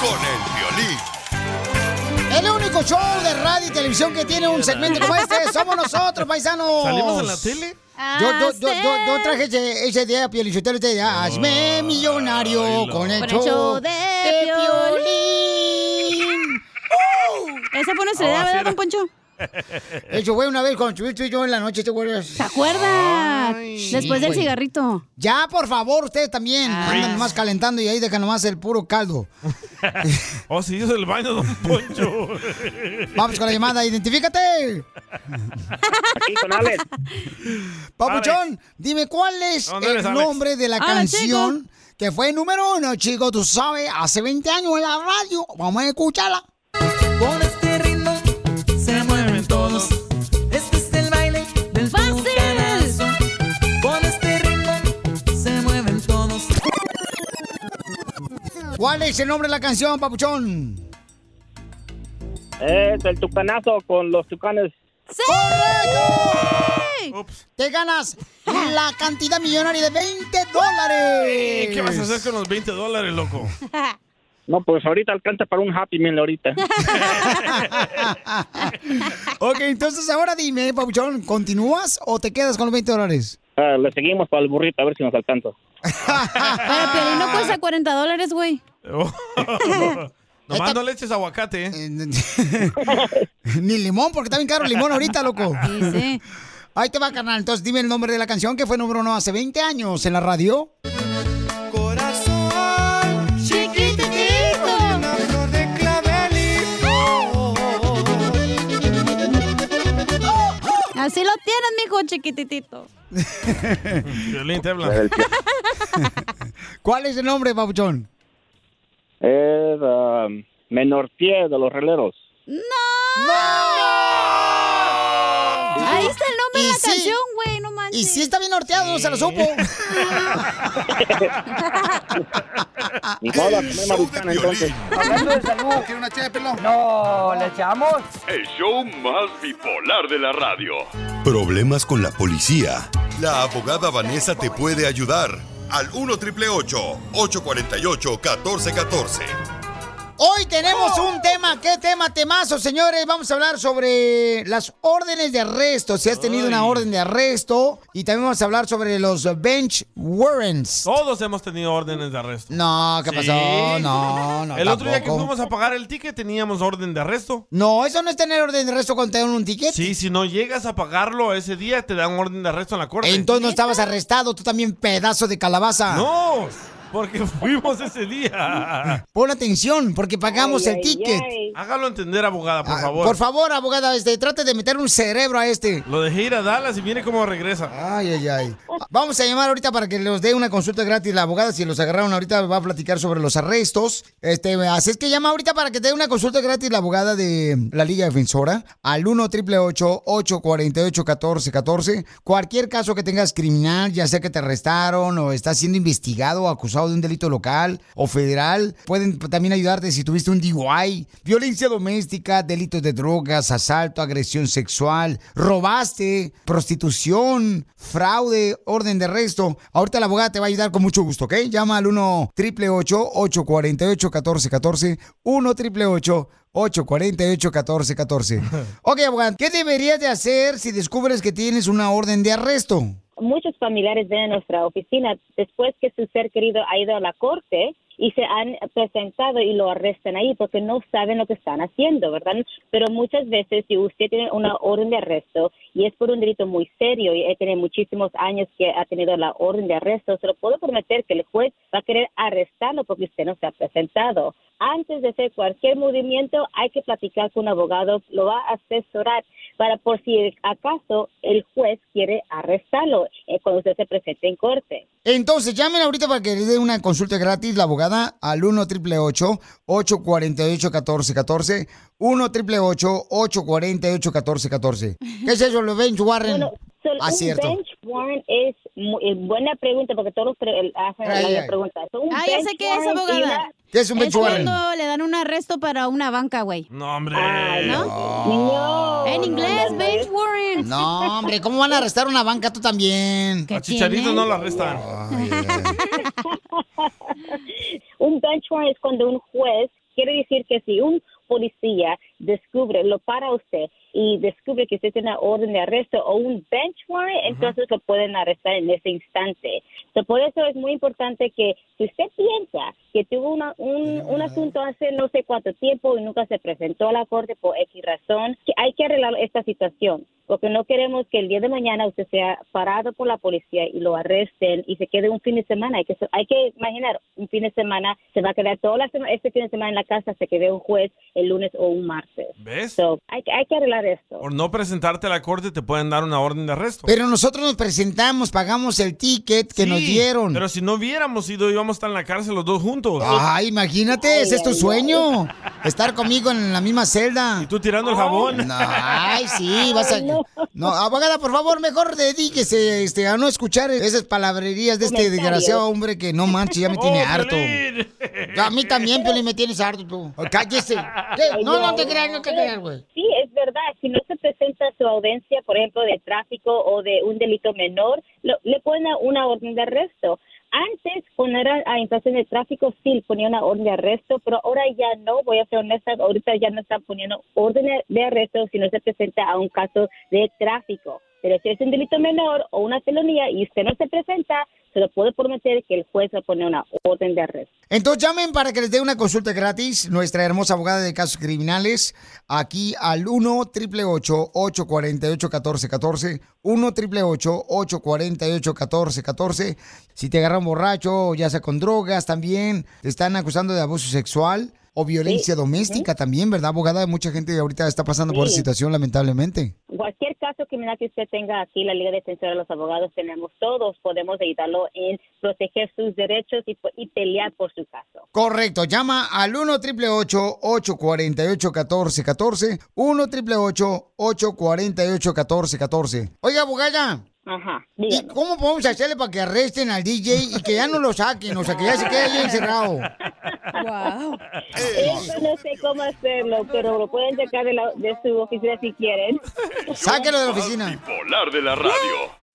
S15: con el violín.
S2: El único show de radio y televisión que tiene un segmento como este somos nosotros, paisanos.
S3: ¿Salimos en la tele?
S2: Yo, yo, yo, yo, yo traje ese, ese día a Pielichotelo este día. Hazme millonario con el
S4: Con el
S2: show.
S4: show de
S2: Piolín.
S4: Esa fue nuestra idea, ¿verdad, don Poncho?
S2: Eso fue una vez cuando estuviste tú y yo en la noche, ¿te acuerdas? ¿Te
S4: acuerdas? Después del Ah.
S2: cigarrito. Ya, por favor, ustedes también. Andan nomás calentando y ahí dejan nomás el puro caldo.
S3: oh, se hizo el baño, don Poncho.
S2: Vamos con la llamada, identifícate.
S3: Aquí con Alex.
S2: Papuchón, dime cuál es
S3: No, no eres
S2: el
S3: Alex.
S2: nombre de la
S3: Hola,
S2: canción que fue número uno, chico. Tú sabes, hace 20 años en la radio. Vamos a escucharla. Con este ritmo se mueven todos.
S1: Este es el baile del tucanazo. Con este ritmo se mueven todos.
S2: ¿Cuál es el nombre de la canción, Papuchón?
S13: Es el tucanazo con los tucanes.
S2: ¡Correcto! Te ganas la cantidad millonaria de 20 dólares.
S3: Ey, ¿Qué vas a hacer con los 20 dólares, loco?
S13: No, pues ahorita alcanza para un Happy Meal ahorita.
S2: Ok, entonces ahora dime, Papuchón, ¿continúas o te quedas con los 20 dólares?
S13: Ah, le seguimos para el burrito a ver si nos alcanza.
S4: Pero Piolín no cuesta 40 dólares, güey.
S3: Oh, Nomás no le eches aguacate, ¿eh?
S2: Ni limón, porque está bien caro el limón ahorita, loco. Ahí te va, carnal. Entonces dime el nombre de la canción que fue número uno hace 20 años en la radio.
S1: Corazón chiquitito de una flor de clavelito.
S4: Así lo tienes, mijo, chiquititito.
S3: Violín Tebla.
S2: ¿Cuál es el nombre, Papuchón?
S13: Es ah, menor pie de los releros.
S4: Ahí está el nombre de
S2: Y
S4: la
S2: sí.
S4: canción, güey, no manches.
S2: Y sí está bien norteado, no se lo supo.
S13: Ni modo, a comer maruchan, entonces.
S17: Hablando de salud. ¿Quiere una No, ¿le echamos?
S6: El show más bipolar de la radio.
S15: Problemas con la policía. La abogada Vanessa te puede ayudar. Al 1 triple 848 1414.
S2: Hoy tenemos
S13: Oh.
S2: un tema, ¿qué tema temazo, señores? Vamos a hablar sobre las órdenes de arresto, si has tenido una orden de arresto. Y también vamos a hablar sobre los bench warrants.
S3: Todos hemos tenido órdenes de arresto.
S2: No, ¿qué pasó? No, no,
S3: El otro día que
S2: tampoco.
S3: fuimos a pagar el ticket teníamos orden de arresto.
S2: No, Oh, eso no es tener orden de arresto cuando te dan un ticket.
S3: Sí, si no llegas a pagarlo ese día, te dan orden de arresto en la corte.
S2: Entonces no estabas arrestado, tú también pedazo de calabaza.
S3: No, Porque fuimos ese día.
S2: Pon atención, porque pagamos
S3: Ay,
S2: el
S3: ay,
S2: ticket. Ah,
S3: Hágalo entender, abogada, por favor.
S2: Por favor, abogada, este, trate de meter un cerebro a este.
S3: Lo dejé ir a Dallas y mire cómo regresa.
S2: Ay, ay, ay. Vamos a llamar ahorita para que les dé una consulta gratis la abogada. Si los agarraron ahorita, va a platicar sobre los arrestos. Este, así es que llama ahorita para que te dé una consulta gratis la abogada de la Liga Defensora al 1 848 1414 Cualquier caso que tengas criminal, ya sea que te arrestaron o estás siendo investigado o acusado de un delito local o federal, pueden también ayudarte si tuviste un DUI, violencia doméstica, delitos de drogas, asalto, agresión sexual, robaste, prostitución, fraude, orden de arresto. Ahorita la abogada te va a ayudar con mucho gusto, ¿ok? Llama al 1 888 848 1414 1 888 848 1414 Ok, abogada, ¿qué deberías de hacer si descubres que tienes una orden de arresto?
S16: muchos familiares de nuestra oficina después que su ser querido ha ido a la corte y se han presentado y lo arrestan ahí porque no saben lo que están haciendo, ¿verdad? Pero muchas veces si usted tiene una orden de arresto y es por un delito muy serio y él tiene muchísimos años que ha tenido la orden de arresto, se lo puedo prometer que el juez va a querer arrestarlo porque usted no se ha presentado. Antes de hacer cualquier movimiento hay que platicar con un abogado, lo va a asesorar para por si acaso el juez quiere arrestarlo eh, cuando usted se presente en corte.
S2: Entonces, llamen ahorita para que le dé una consulta gratis la abogada al 1 888 848 1414 1 888 848 1414 ¿Qué es eso, los bench Warren?
S16: Bueno, so,
S2: Ah, cierto.
S16: Un bench warrant es mu- eh, buena pregunta porque todos pre- el- hacen
S2: Ay,
S16: la
S2: ay.
S16: pregunta. So, un
S4: Ah, ya sé
S16: bench
S4: qué es,
S16: warrant y
S4: abogada.
S16: una-
S2: ¿Qué es un bench warrant?
S4: cuando le dan un arresto para una banca, güey.
S3: No, hombre.
S2: No.
S4: En inglés, bench warrant.
S2: No, hombre, ¿cómo van a arrestar una banca tú también?
S3: A Chicharito no lo arrestan.
S16: Un bench warrant es cuando un juez quiere decir que si un policía descubre, lo para usted y descubre que usted tiene una orden de arresto o un bench warrant, entonces lo pueden arrestar en ese instante. So, por eso es muy importante que si usted piensa que tuvo una- un, un asunto hace no sé cuánto tiempo y nunca se presentó a la corte por X razón, que hay que arreglar esta situación porque no queremos que el día de mañana usted sea parado por la policía y lo arresten y se quede un fin de semana. Hay que, hay que imaginar, un fin de semana se va a quedar toda la semana, este fin de semana en la casa, se quede un juez el lunes o un martes.
S3: ¿Ves?
S16: So, hay, que- hay que arreglar esto.
S3: Por no presentarte a la corte te pueden dar una orden de arresto.
S2: Pero nosotros nos presentamos, pagamos el ticket que
S3: Sí,
S2: nos dieron.
S3: Pero si no hubiéramos ido, íbamos a estar en la cárcel los dos juntos.
S2: Ay, imagínate, ese es tu sueño. Estar conmigo en la misma celda. Y
S3: tú tirando el jabón.
S2: Ay, sí, vas a. No, abogada, por favor, mejor dedíquese este, a no escuchar esas palabrerías de este
S1: Comentarios.
S2: desgraciado hombre que no manches, ya me tiene
S1: Oh,
S2: harto. A mí también, Piolín, me tienes harto tú. Cállese. ¿Qué? No, no te creas, no te creas, güey.
S16: Sí, es verdad. Si no se presenta su audiencia, por ejemplo, de tráfico o de un delito menor, lo- le ponen una orden de arresto. Antes, cuando era a infracción de tráfico, sí ponía una orden de arresto, pero ahora ya no, voy a ser honesta, ahorita ya no están poniendo orden de arresto si no se presenta a un caso de tráfico. Pero si es un delito menor o una felonía y usted no se presenta, se lo puedo prometer que el juez va a poner una orden de arresto.
S2: Entonces llamen para que les dé una consulta gratis nuestra hermosa abogada de casos criminales aquí al 1 888 848 1414 1 888 848 1414 Si te agarran borracho, ya sea con drogas también, te están acusando de abuso sexual o violencia doméstica también, ¿verdad, abogada? Mucha gente ahorita está pasando por
S16: Sí.
S2: esa situación, lamentablemente.
S16: Cualquier caso criminal que usted tenga aquí, la Liga Defensora de los Abogados, tenemos todos, podemos ayudarlo en proteger sus derechos y, y pelear por su caso.
S2: Correcto, llama al 1 888 848 1414 1 888 848 1414 Oiga, abogada.
S16: Ajá.
S2: ¿Y cómo podemos hacerle para que arresten al DJ y que ya no lo saquen? O sea, que ya se quede ahí encerrado.
S16: Wow. Eso no sé cómo hacerlo, pero lo pueden sacar de, la- de su oficina si quieren.
S2: Sáquelo de la oficina.
S6: Bipolar de la radio.